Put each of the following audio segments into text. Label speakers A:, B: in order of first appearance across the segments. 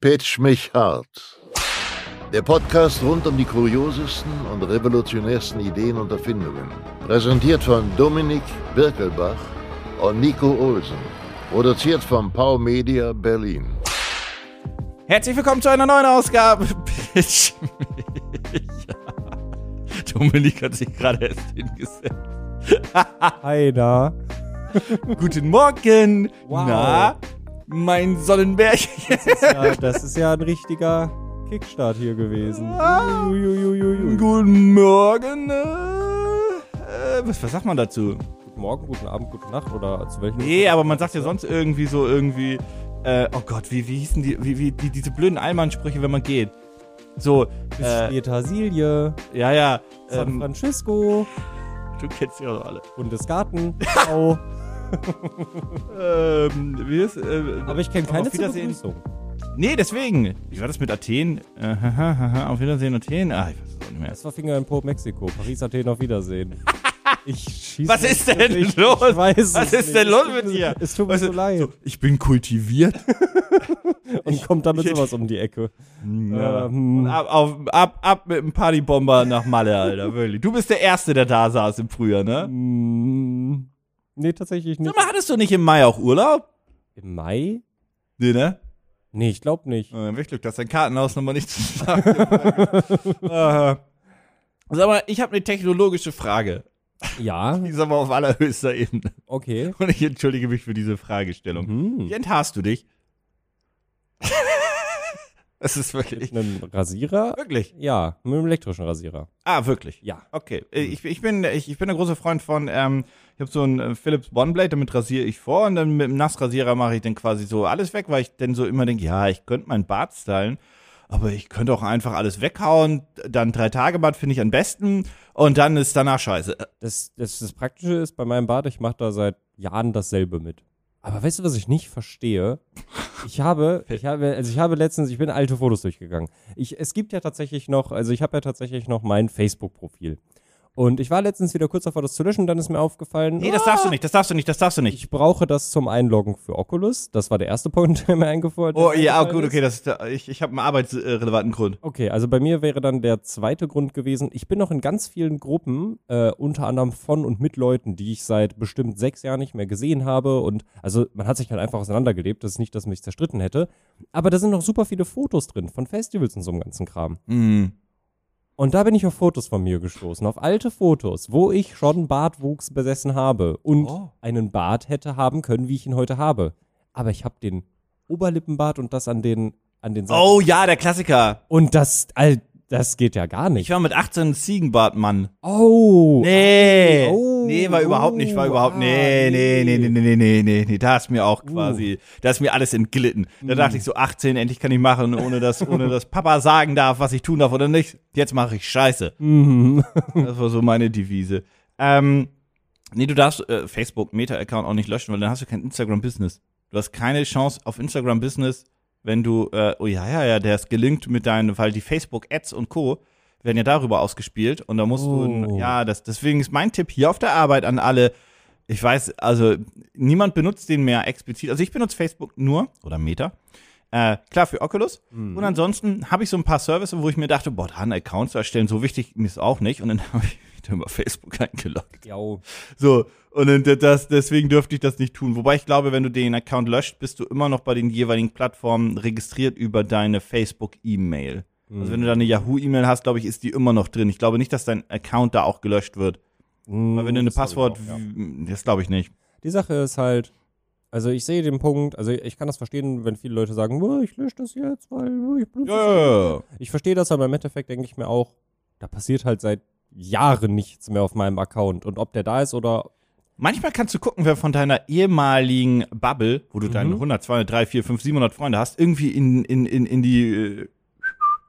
A: Pitch mich hart. Der Podcast rund um die kuriosesten und revolutionärsten Ideen und Erfindungen. Präsentiert von Dominik Birkelbach und Nico Olsen. Produziert von Pau Media Berlin.
B: Herzlich willkommen zu einer neuen Ausgabe. Pitch mich. Dominik hat sich gerade erst hingesetzt.
C: Hi da.
B: Guten Morgen.
C: Wow.
B: Na, mein Sonnenberg.
C: Ja, das ist ja ein richtiger Kickstart hier gewesen.
B: Ah.
C: Uiuiuiui.
B: Guten Morgen. Äh, äh, was, was sagt man dazu?
C: Guten Morgen, guten Abend, gute Nacht oder zu welchem?
B: Nee, aber man sagt ja sonst irgendwie so irgendwie, äh, oh Gott, wie, wie hießen die, wie, wie die, diese blöden Allmannsprüche, wenn man geht? So,
C: Bis
B: äh,
C: später Silje,
B: ja, ja.
C: San
B: Ähm,
C: Francisco,
B: du kennst ja auch alle.
C: Bundesgarten. Au.
B: Ähm, wie ist, äh,
C: Aber ich kenne keine
B: auf
C: zur
B: Wiedersehen.
C: Begrüßung.
B: Nee, deswegen. Wie war das mit Athen? Äh, haha, haha, auf Wiedersehen, Athen. Ah, ich weiß es auch nicht mehr.
C: Das war Finger in Po, Mexiko. Paris, Athen, auf Wiedersehen. Ich schieße.
B: Was ist denn los?
C: Ich weiß
B: Was ist
C: es nicht.
B: denn
C: Es
B: los
C: tut
B: mit
C: mir-
B: dir?
C: Es tut mir
B: Weißt du,
C: so leid.
B: So, ich bin kultiviert.
C: Und kommt damit
B: ich hätte-
C: sowas um die Ecke.
B: Ja.
C: Ähm,
B: Ab, auf, ab, ab mit dem Partybomber nach Malle, Alter, wirklich. Du bist der Erste, der da saß im Frühjahr, ne?
C: mm, nee, tatsächlich nicht.
B: Sag mal, hattest du nicht im Mai auch Urlaub?
C: Im Mai?
B: Nee, ne?
C: Nee, ich glaube nicht.
B: Äh, Wirklich Glück, dass dein Kartenhaus nochmal nicht zusammengebracht hat. äh, Sag mal, ich habe eine technologische Frage.
C: Ja,
B: Die ist aber auf allerhöchster Ebene.
C: okay.
B: Und ich entschuldige mich für diese Fragestellung.
C: Hm.
B: Wie enthaarst du dich? das ist wirklich.
C: einem Rasierer?
B: Wirklich.
C: Ja, mit einem elektrischen Rasierer.
B: Ah, wirklich.
C: Ja.
B: Okay, äh, ich, ich, bin, ich, ich bin ein großer Freund von, ähm, ich habe so ein äh, Philips OneBlade, damit rasiere ich vor und dann mit dem Nassrasierer mache ich dann quasi so alles weg, weil ich dann so immer denke, ja, ich könnte meinen Bart stylen, aber ich könnte auch einfach alles weghauen, dann drei Tage Bart finde ich am besten und dann ist danach scheiße. Äh,
C: Das, das, das Praktische ist bei meinem Bart, ich mache da seit Jahren dasselbe mit. Aber weißt du, was ich nicht verstehe? Ich habe, ich habe, also ich habe letztens, ich bin alte Fotos durchgegangen. Ich, es gibt ja tatsächlich noch, also ich habe ja tatsächlich noch mein Facebook-Profil. Und ich war letztens wieder kurz davor, das zu löschen, dann ist mir aufgefallen,
B: Nee, das darfst du nicht, das darfst du nicht, das darfst du nicht.
C: ich brauche das zum Einloggen für Oculus. Das war der erste Punkt, der mir eingefallen
B: Oh ja,
C: eingefallen
B: gut,
C: ist.
B: okay, das ist, der- ich, ich habe einen arbeitsrelevanten Grund.
C: Okay, also bei mir wäre dann der zweite Grund gewesen, ich bin noch in ganz vielen Gruppen, äh, unter anderem von und mit Leuten, die ich seit bestimmt sechs Jahren nicht mehr gesehen habe. Und also man hat sich halt einfach auseinandergelebt. Das ist nicht, dass mich zerstritten hätte. Aber da sind noch super viele Fotos drin von Festivals und so einem ganzen Kram.
B: Mhm.
C: Und da bin ich auf Fotos von mir gestoßen, auf alte Fotos, wo ich schon Bartwuchs besessen habe und
B: Oh.
C: einen Bart hätte haben können, wie ich ihn heute habe. Aber ich habe den Oberlippenbart und das an den, an den Seiten.
B: Oh ja, der Klassiker.
C: Und das, all, das geht ja gar nicht.
B: Ich war mit 18 ein Ziegenbartmann.
C: Oh,
B: Nee.
C: Oh,
B: nee, war überhaupt nicht, war
C: oh,
B: überhaupt.
C: ah,
B: Nee, nee, nee,
C: nee.
B: nee, nee, nee, nee, nee. Da ist mir auch quasi, da ist mir alles entglitten. Da dachte ich so, 18, endlich kann ich machen, ohne dass, ohne dass Papa sagen darf, was ich tun darf oder nicht. Jetzt mache ich Scheiße.
C: Mhm.
B: Das war so meine Devise. Ähm, nee, du darfst äh, Facebook Meta-Account auch nicht löschen, weil dann hast du kein Instagram-Business. Du hast keine Chance auf Instagram-Business, wenn du, äh, oh ja, ja, ja, der es gelingt mit deinen, weil die Facebook-Ads und Co. werden ja darüber ausgespielt und da musst du,
C: Oh.
B: ja, das, deswegen ist mein Tipp hier auf der Arbeit an alle, ich weiß, also niemand benutzt den mehr explizit. Also ich benutze Facebook nur, oder Meta, äh, klar für Oculus. Und ansonsten habe ich so ein paar Services, wo ich mir dachte, boah, da einen Account zu erstellen, so wichtig ist auch nicht. Und dann habe ich wieder über Facebook eingeloggt.
C: Ja,
B: So, und dann d- das, deswegen dürfte ich das nicht tun. Wobei ich glaube, wenn du den Account löscht, bist du immer noch bei den jeweiligen Plattformen registriert über deine Facebook-E-Mail. Also wenn
C: Mhm.
B: du da eine Yahoo-E-Mail hast, glaube ich, ist die immer noch drin. Ich glaube nicht, dass dein Account da auch gelöscht wird. Weil wenn du eine
C: Oh,
B: Passwort, w- das glaube ich nicht.
C: Mhm. Die Sache ist halt, also ich sehe den Punkt, also ich kann das verstehen, wenn viele Leute sagen, "Wö, ich lösche das jetzt, weil wö, ich benutze das nicht." Ich verstehe das, aber im Endeffekt denke ich mir auch, da passiert halt seit Jahren nichts mehr auf meinem Account. Und ob der da ist oder
B: Manchmal kannst du gucken, wer von deiner ehemaligen Bubble, wo du deine
C: Mhm.
B: 100, 200, 300, 400, 500, 700 Freunde hast, irgendwie in, in, in, in die äh,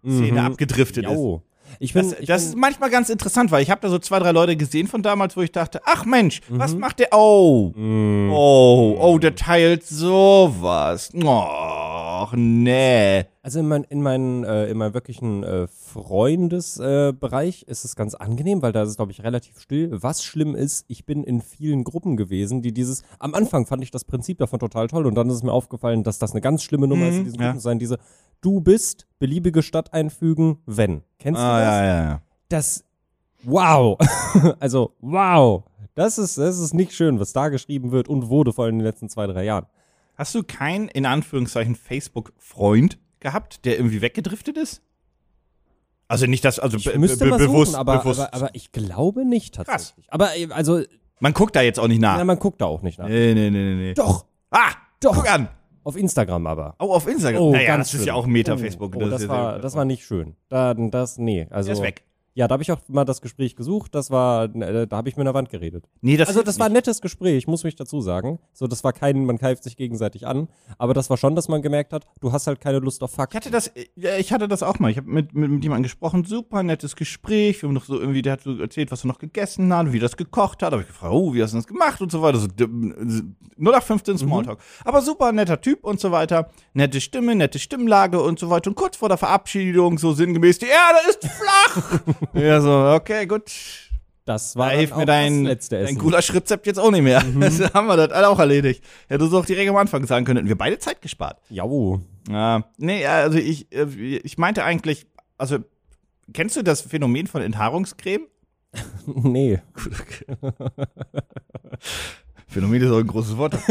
B: Szene
C: Mhm.
B: abgedriftet ist.
C: Jau. Ich bin,
B: Das,
C: ich
B: das ist
C: bin,
B: manchmal ganz interessant, weil ich habe da so zwei, drei Leute gesehen von damals, wo ich dachte, ach Mensch,
C: Mhm.
B: was macht der? Oh,
C: Mm.
B: oh, oh, der teilt sowas. Och, nee.
C: Also in, mein, in, meinen, äh, in meinem wirklichen äh, Freundesbereich äh, Bereich ist es ganz angenehm, weil da ist es, glaube ich, relativ still. Was schlimm ist, ich bin in vielen Gruppen gewesen, die dieses, am Anfang fand ich das Prinzip davon total toll und dann ist es mir aufgefallen, dass das eine ganz schlimme Nummer ist, in diesen
B: Mhm, ja.
C: Gruppen zu sein, diese du bist, beliebige Stadt einfügen, wenn. Kennst du
B: Ah,
C: das?
B: ja, ja, ja.
C: Das, wow. also, wow. Das ist, das ist nicht schön, was da geschrieben wird und wurde vor allem in den letzten zwei, drei Jahren.
B: Hast du keinen, in Anführungszeichen, Facebook-Freund gehabt, der irgendwie weggedriftet ist? Also nicht das, also
C: Ich
B: be-
C: müsste
B: be-
C: mal
B: bewusst,
C: suchen, aber,
B: bewusst.
C: aber, aber ich glaube nicht tatsächlich. Aber äh, also,
B: man guckt da jetzt auch nicht nach.
C: na, man guckt da auch nicht nach.
B: nee, nee, nee, nee.
C: Doch,
B: Ah,
C: Doch.
B: guck an.
C: auf Instagram aber.
B: Oh, auf Instagram.
C: Oh,
B: naja,
C: ganz
B: das ist
C: schlimm.
B: ja auch Meta-Facebook.
C: Oh, oh, das,
B: ist ja-
C: war, das war nicht schön. Da, das, nee. Also,
B: Der ist weg.
C: Ja, da habe ich auch mal das Gespräch gesucht. Das war, äh, da habe ich mit einer Wand geredet.
B: Nee, das
C: also
B: hilft
C: das war ein
B: nicht.
C: nettes Gespräch, muss ich dazu sagen. So, das war kein, man keift sich gegenseitig an. Aber das war schon, dass man gemerkt hat, du hast halt keine Lust auf
B: Ich
C: Fakt.
B: hatte das, äh, ja, ich hatte das auch mal. Ich habe mit, mit, mit jemandem gesprochen, super nettes Gespräch. Wir haben noch so irgendwie, der hat so erzählt, was er noch gegessen hat, wie er das gekocht hat. Da habe ich gefragt, oh, wie hast du das gemacht und so weiter. So, d- nur nach
C: Mhm.
B: 15 Smalltalk. Aber super netter Typ und so weiter. Nette Stimme, nette Stimmlage und so weiter. Und kurz vor der Verabschiedung, so sinngemäß, die Erde ist flach. ja, so, okay, gut.
C: Das
B: Da
C: war
B: hilft
C: dann
B: mir
C: auch das
B: dein,
C: letzte
B: dein
C: Essen. Mhm.
B: Gulaschrezept jetzt auch nicht mehr. Das haben wir das alle auch erledigt. Hättest du auch direkt am Anfang sagen können, hätten wir beide Zeit gespart.
C: Jau.
B: Ja, nee, also ich, äh, ich meinte eigentlich, also kennst du das Phänomen von Enthaarungscreme?
C: nee.
B: Phänomen ist auch ein großes Wort.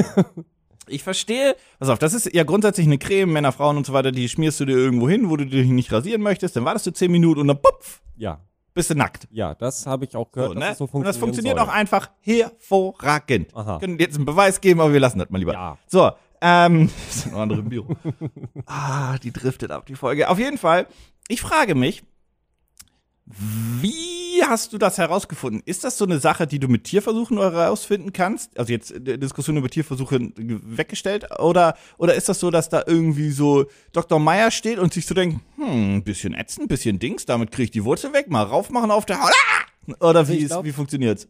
B: Ich verstehe, pass auf, das ist ja grundsätzlich eine Creme, Männer, Frauen und so weiter, die schmierst du dir irgendwo hin, wo du dich nicht rasieren möchtest, dann wartest du 10 Minuten und dann pupf,
C: Ja.
B: bist du nackt.
C: Ja, das habe ich auch gehört.
B: So,
C: dass
B: ne?
C: das so
B: und das funktioniert
C: soll.
B: auch einfach hervorragend.
C: Aha.
B: Wir können jetzt einen Beweis geben, aber wir lassen das mal lieber.
C: Ja.
B: So, ähm, das ist ein anderes Büro. ah, die driftet ab, die Folge. Auf jeden Fall, ich frage mich, wie hast du das herausgefunden? Ist das so eine Sache, die du mit Tierversuchen herausfinden kannst? Also jetzt äh, Diskussion über Tierversuche äh, weggestellt? Oder, oder ist das so, dass da irgendwie so Dr. Meier steht und sich so denkt, hm, ein bisschen ätzend, ein bisschen Dings, damit kriege ich die Wurzel weg, mal raufmachen auf der Haut. Ah! Oder wie,
C: Also ich
B: ist,
C: glaub-
B: wie funktioniert's?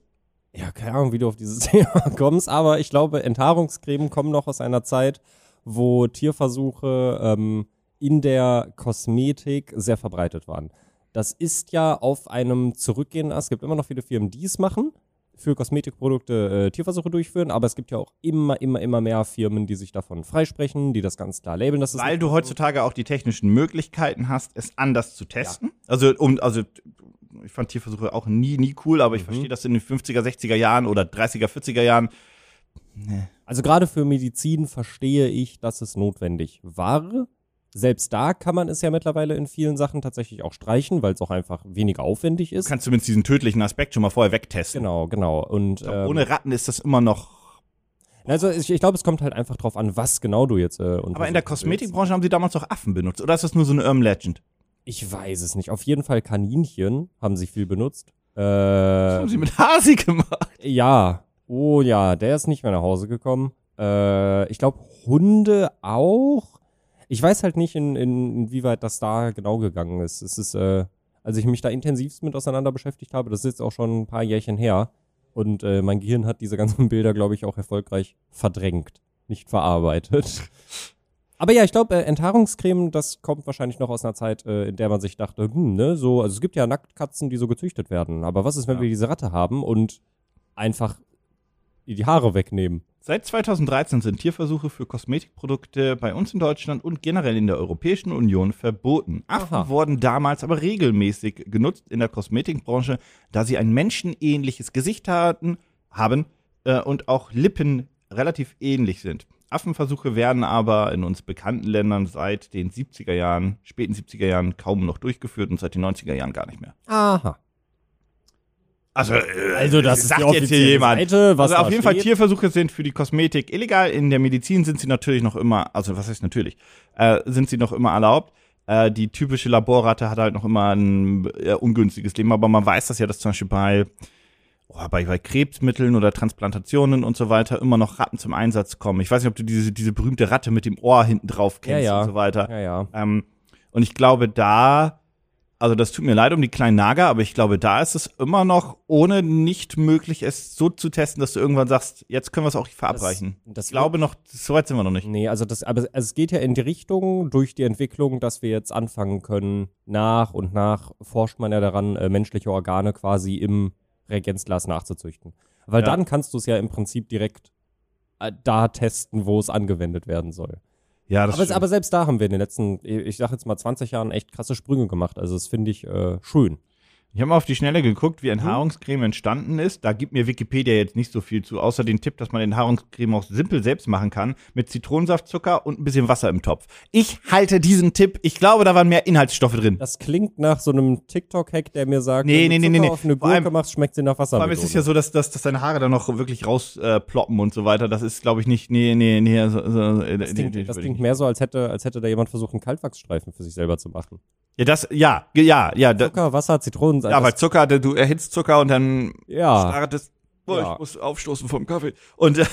C: Ja, keine Ahnung, wie du auf dieses Thema kommst, aber ich glaube, Enthaarungscremen kommen noch aus einer Zeit, wo Tierversuche ähm, in der Kosmetik sehr verbreitet waren. Das ist ja auf einem Zurückgehen. Es gibt immer noch viele Firmen, die es machen, für Kosmetikprodukte äh, Tierversuche durchführen, aber es gibt ja auch immer, immer, immer mehr Firmen, die sich davon freisprechen, die das ganz klar labeln. Das ist
B: Weil du heutzutage auch die technischen Möglichkeiten hast, es anders zu testen. Also, um, also ich fand Tierversuche auch nie, nie cool, aber ich verstehe das in den 50er, 60er Jahren oder 30er, 40er Jahren.
C: Also gerade für Medizin verstehe ich, dass es notwendig war. Selbst da kann man es ja mittlerweile in vielen Sachen tatsächlich auch streichen, weil es auch einfach weniger aufwendig
B: Du
C: ist.
B: kannst zumindest diesen tödlichen Aspekt schon mal vorher wegtesten.
C: Genau, genau. Und
B: Ich glaub,
C: ähm,
B: Ohne Ratten ist das immer noch.
C: also ich, ich glaube, es kommt halt einfach drauf an, was genau du jetzt äh,
B: Aber
C: untersuchen
B: in der
C: willst.
B: Kosmetikbranche haben sie damals auch Affen benutzt. Oder ist das nur so eine Urban Legend?
C: Ich weiß es nicht. Auf jeden Fall Kaninchen haben sie viel benutzt.
B: Das
C: Äh,
B: haben sie mit Hasi gemacht.
C: Ja. Oh ja, der ist nicht mehr nach Hause gekommen. Äh, ich glaube, Hunde auch. Ich weiß halt nicht, in, in, inwieweit das da genau gegangen ist. Es ist, äh, als ich mich da intensivst mit auseinander beschäftigt habe, das ist jetzt auch schon ein paar Jährchen her. Und äh, mein Gehirn hat diese ganzen Bilder, glaube ich, auch erfolgreich verdrängt, nicht verarbeitet. Aber ja, ich glaube, äh, Enthaarungscreme, das kommt wahrscheinlich noch aus einer Zeit, äh, in der man sich dachte, hm, ne, so, also es gibt ja Nacktkatzen, die so gezüchtet werden. Aber was ist, wenn
B: Ja.
C: wir diese Ratte haben und einfach ihr die Haare wegnehmen?
B: Seit 2013 sind Tierversuche für Kosmetikprodukte bei uns in Deutschland und generell in der Europäischen Union verboten. Affen
C: Aha.
B: wurden damals aber regelmäßig genutzt in der Kosmetikbranche, da sie ein menschenähnliches Gesicht hatten, haben äh, und auch Lippen relativ ähnlich sind. Affenversuche werden aber in uns bekannten Ländern seit den 70er Jahren, späten 70er Jahren kaum noch durchgeführt und seit den 90er Jahren gar nicht mehr.
C: Aha.
B: Also, äh,
C: Also das ist
B: sagt
C: die
B: jetzt hier
C: offizielle
B: jemand.
C: Seite, was
B: also auf
C: da
B: jeden Fall
C: steht.
B: Tierversuche sind für die Kosmetik illegal. In der Medizin sind sie natürlich noch immer, also was heißt natürlich, äh, sind sie noch immer erlaubt. Äh, die typische Laborratte hat halt noch immer ein äh, ungünstiges Leben, aber man weiß das ja, dass zum Beispiel bei, oh, bei, bei Krebsmitteln oder Transplantationen und so weiter immer noch Ratten zum Einsatz kommen. Ich weiß nicht, ob du diese, diese berühmte Ratte mit dem Ohr hinten drauf kennst
C: ja.
B: und so weiter.
C: Ja, ja.
B: Ähm, und ich glaube, da, also das tut mir leid um die kleinen Nager, aber ich glaube, da ist es immer noch ohne nicht möglich, es so zu testen, dass du irgendwann sagst, jetzt können wir es auch verabreichen.
C: das
B: ich glaube noch, so weit sind wir noch nicht.
C: Nee, also das, aber es- also es geht ja in die Richtung durch die Entwicklung, dass wir jetzt anfangen können, nach und nach forscht man ja daran, äh, menschliche Organe quasi im Reagenzglas nachzuzüchten. Weil
B: Ja.
C: dann kannst du es ja im Prinzip direkt äh, da testen, wo es angewendet werden soll.
B: Ja, das
C: Aber, es-
B: stimmt.
C: aber selbst da haben wir in den letzten, ich sag jetzt mal 20 Jahren echt krasse Sprünge gemacht. Also das finde ich äh, schön.
B: Ich habe mal auf die Schnelle geguckt, wie Enthaarungscreme entstanden ist. Da gibt mir Wikipedia jetzt nicht so viel zu, außer den Tipp, dass man Enthaarungscreme auch simpel selbst machen kann, mit Zitronensaftzucker und ein bisschen Wasser im Topf. Ich halte diesen Tipp. Ich glaube, da waren mehr Inhaltsstoffe drin.
C: Das klingt nach so einem TikTok-Hack, der mir sagt,
B: Nee, nee,
C: wenn du
B: nee, nee,
C: Zucker
B: nee.
C: auf eine
B: Vor
C: Gurke
B: allem-
C: machst, schmeckt sie nach Wasser.
B: Vor allem ist es ja so, dass, dass, dass deine Haare dann noch wirklich rausploppen äh, ploppen und so weiter. Das ist, glaube ich, nicht. Nee, nee, nee. So, so, äh,
C: das klingt,
B: nee,
C: das
B: würde ich
C: klingt
B: nicht.
C: mehr so, als hätte, als hätte da jemand versucht, einen Kaltwachsstreifen für sich selber zu machen.
B: ja, das, ja, ge- ja, ja. Da,
C: Zucker, Wasser, Zitronen.
B: ja, weil Zucker, du- du erhitzt Zucker und dann
C: ja.
B: startest. Boah,
C: Ah. Ja.
B: ich muss aufstoßen vom Kaffee. Und, äh,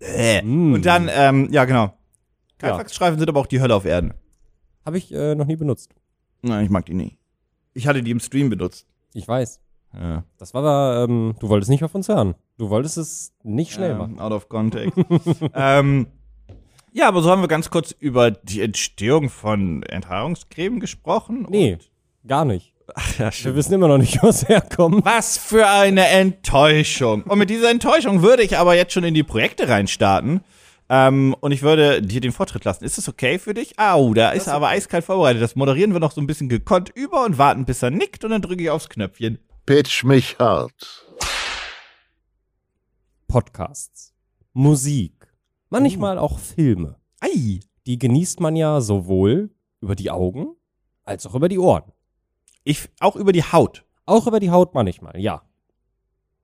B: äh,
C: Mm.
B: und dann, ähm, ja, genau. Kaltwachsstreifen sind aber auch die Hölle auf Erden.
C: Habe ich äh, noch nie benutzt.
B: Nein, ich mag die nie. Ich hatte die im Stream benutzt.
C: Ich weiß.
B: Ja.
C: Das war aber, ähm, du wolltest nicht auf uns hören. Du wolltest es nicht schnell machen.
B: Ähm, out of context. ähm, ja, aber so haben wir ganz kurz über die Entstehung von Enthaarungscreme gesprochen.
C: Nee, gar nicht.
B: Und, ja,
C: Wir wissen immer noch nicht, wo es herkommt.
B: Was für eine Enttäuschung. Und mit dieser Enttäuschung würde ich aber jetzt schon in die Projekte reinstarten. Ähm, und ich würde dir den Vortritt lassen. Ist das okay für dich? Au, da ist er aber eiskalt vorbereitet. Das moderieren wir noch so ein bisschen gekonnt über und warten, bis er nickt und dann drücke ich aufs Knöpfchen.
A: Pitch mich hart.
C: Podcasts, Musik, manchmal auch Filme.
B: Uh. Ei.
C: Die genießt man ja sowohl über die Augen als auch über die Ohren.
B: Ich, auch über die Haut.
C: Auch über die Haut manchmal, ja.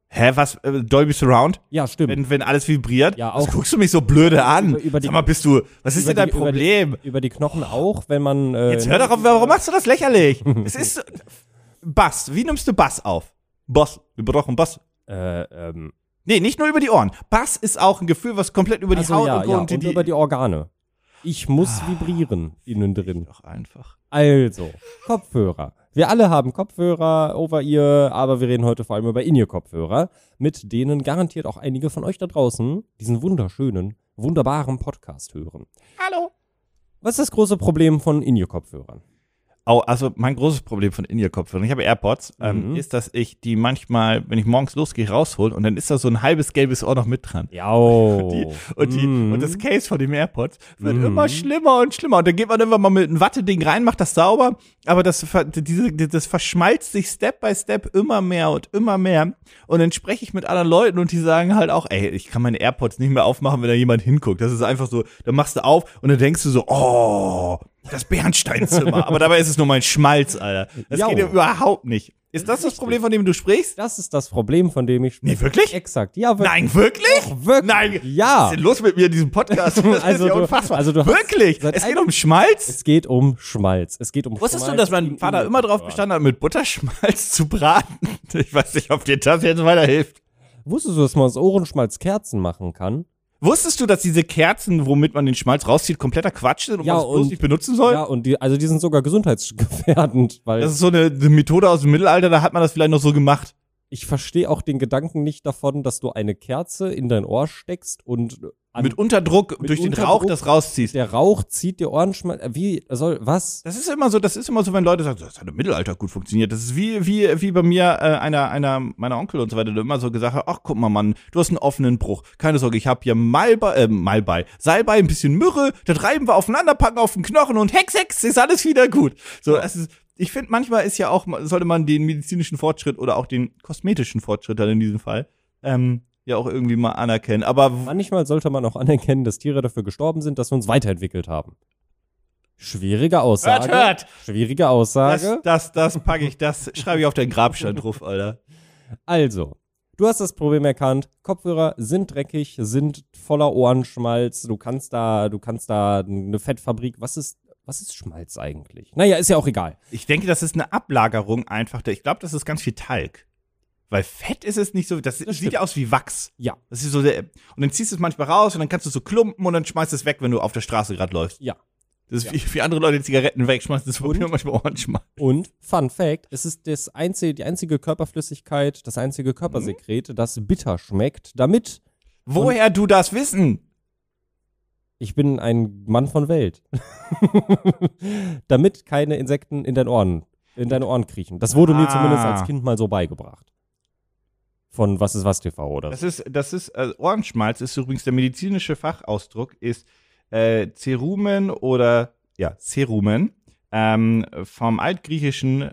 B: Hä, was? Äh, Dolby Surround?
C: Ja, stimmt.
B: Wenn, wenn alles vibriert?
C: Ja,
B: Was
C: auch.
B: guckst du mich so blöde an?
C: Über- über die-
B: Sag mal, bist du, was ist
C: über
B: denn dein
C: die- über die-
B: Problem?
C: über die Knochen auch, wenn man. Äh,
B: Jetzt hör doch auf, warum machst du das lächerlich? es ist so, Bass. Wie nimmst du Bass auf? Boss. Wir brauchen Bass.
C: Äh, ähm,
B: Nee, nicht nur über die Ohren. Bass ist auch ein Gefühl, was komplett über die Ah.
C: also,
B: Haut
C: ja,
B: und,
C: ja,
B: und
C: und über die Organe. Ich muss vibrieren innen drin.
B: Doch einfach.
C: Also, Kopfhörer. Wir alle haben Kopfhörer, Over-Ear, aber wir reden heute vor allem über In-Ear-Kopfhörer, mit denen garantiert auch einige von euch da draußen diesen wunderschönen, wunderbaren Podcast hören.
B: Hallo.
C: Was ist das große Problem von In-Ear-Kopfhörern?
B: Oh, also mein großes Problem von In-Ear-Kopfhörern, ich habe AirPods, ähm,
C: Mhm.
B: ist, dass ich die manchmal, wenn ich morgens losgehe, raushole und dann ist da so ein halbes gelbes Ohr noch mit dran.
C: Ja.
B: Die, und, die,
C: Mhm.
B: und das Case von dem AirPods wird
C: Mhm.
B: immer schlimmer und schlimmer. Und dann geht man irgendwann mal mit einem Watteding rein, macht das sauber, aber das, ver- diese, das verschmalzt sich Step by Step immer mehr und immer mehr. Und dann spreche ich mit anderen Leuten und die sagen halt auch, ey, ich kann meine AirPods nicht mehr aufmachen, wenn da jemand hinguckt. Das ist einfach so, dann machst du auf und dann denkst du so, oh, das Bernsteinzimmer. aber dabei ist es nur mein Schmalz, Alter. Das
C: Jau.
B: geht ja überhaupt nicht. Ist das das Problem, von dem du sprichst?
C: Das ist das Problem, von dem ich spreche.
B: Nee, wirklich?
C: Exakt. Ja, wirklich.
B: Nein, wirklich?
C: wirklich.
B: Nein, was
C: Ja.
B: ist denn los mit mir in diesem Podcast? Das
C: Also
B: ist ja
C: du-
B: unfassbar.
C: also du hast-
B: Wirklich?
C: seit
B: Es geht
C: ein-
B: um Schmalz?
C: Es geht um Schmalz. Es geht um
B: Wusstest du,
C: Schmalz
B: dass mein
C: in
B: Vater immer darauf
C: In-Ear-Kopfhörern.
B: bestanden hat, mit Butterschmalz zu braten? Ich weiß nicht, ob dir das jetzt weiterhilft.
C: Wusstest du, dass man aus Ohrenschmalz Kerzen machen kann?
B: Wusstest du, dass diese Kerzen, womit man den Schmalz rauszieht, kompletter Quatsch sind und
C: Ja,
B: man es bloß
C: und-
B: nicht benutzen soll?
C: Ja, und die, also die sind sogar gesundheitsgefährdend, weil
B: Das ist so eine, eine Methode aus dem Mittelalter, da hat man das vielleicht noch so gemacht.
C: ich verstehe auch den Gedanken nicht davon, dass du eine Kerze in dein Ohr steckst und an
B: mit Unterdruck
C: mit
B: durch den
C: Unterdruck-
B: Rauch das rausziehst.
C: der Rauch zieht dir Ohrenschmalz. äh, Wie soll was?
B: Das ist immer so, das ist immer so, wenn Leute sagen, das hat im Mittelalter gut funktioniert. Das ist wie, wie, wie bei mir, äh, einer, einer meiner Onkel und so weiter, der immer so gesagt hat, ach guck mal, Mann, du hast einen offenen Bruch. Keine Sorge, ich habe hier Malbei, äh, Malbei, Salbei, ein bisschen Myrrhe, das reiben wir aufeinander, packen auf den Knochen und hex, hex, ist alles wieder gut. So, es ist, ich finde, manchmal ist ja auch, sollte man den medizinischen Fortschritt oder auch den kosmetischen Fortschritt dann in diesem Fall, ähm, ja auch irgendwie mal anerkennen. Aber w-
C: Manchmal sollte man auch anerkennen, dass Tiere dafür gestorben sind, dass wir uns weiterentwickelt haben. Schwierige Aussage.
B: hört!
C: Schwierige
B: das,
C: Aussage.
B: das, das packe ich, das schreibe ich auf deinen Grabstein drauf, Alter.
C: Also, du hast das Problem erkannt. Kopfhörer sind dreckig, sind voller Ohrenschmalz. Du kannst da, du kannst da eine Fettfabrik. Was ist, was ist Schmalz eigentlich? Naja, ist ja auch egal.
B: Ich denke, das ist eine Ablagerung einfach. der- Ich glaube, das ist ganz viel Talg. Weil Fett ist es nicht so. Das, sieht
C: stimmt.
B: ja aus wie Wachs.
C: Ja,
B: Das ist so der, und dann ziehst du es manchmal raus und dann kannst du es so klumpen und dann schmeißt du es weg, wenn du auf der Straße gerade läufst.
C: ja.
B: Das ist wie, wie andere Leute Zigaretten wegschmeißen, das
C: Und?
B: wurde mir manchmal Ohrenschmalz.
C: Und Fun Fact: Es ist das einzige, die einzige Körperflüssigkeit, das einzige Körpersekret, das bitter schmeckt. Damit
B: Woher du das wissen?
C: ich bin ein Mann von Welt. Damit keine Insekten in deinen Ohren, in deine Ohren kriechen. Das wurde mir
B: Ah.
C: zumindest als Kind mal so beigebracht. von Was ist was TV oder
B: Das ist, das ist, äh, Ohrenschmalz ist übrigens der medizinische Fachausdruck, ist äh, Cerumen oder, ja, Cerumen ähm, vom altgriechischen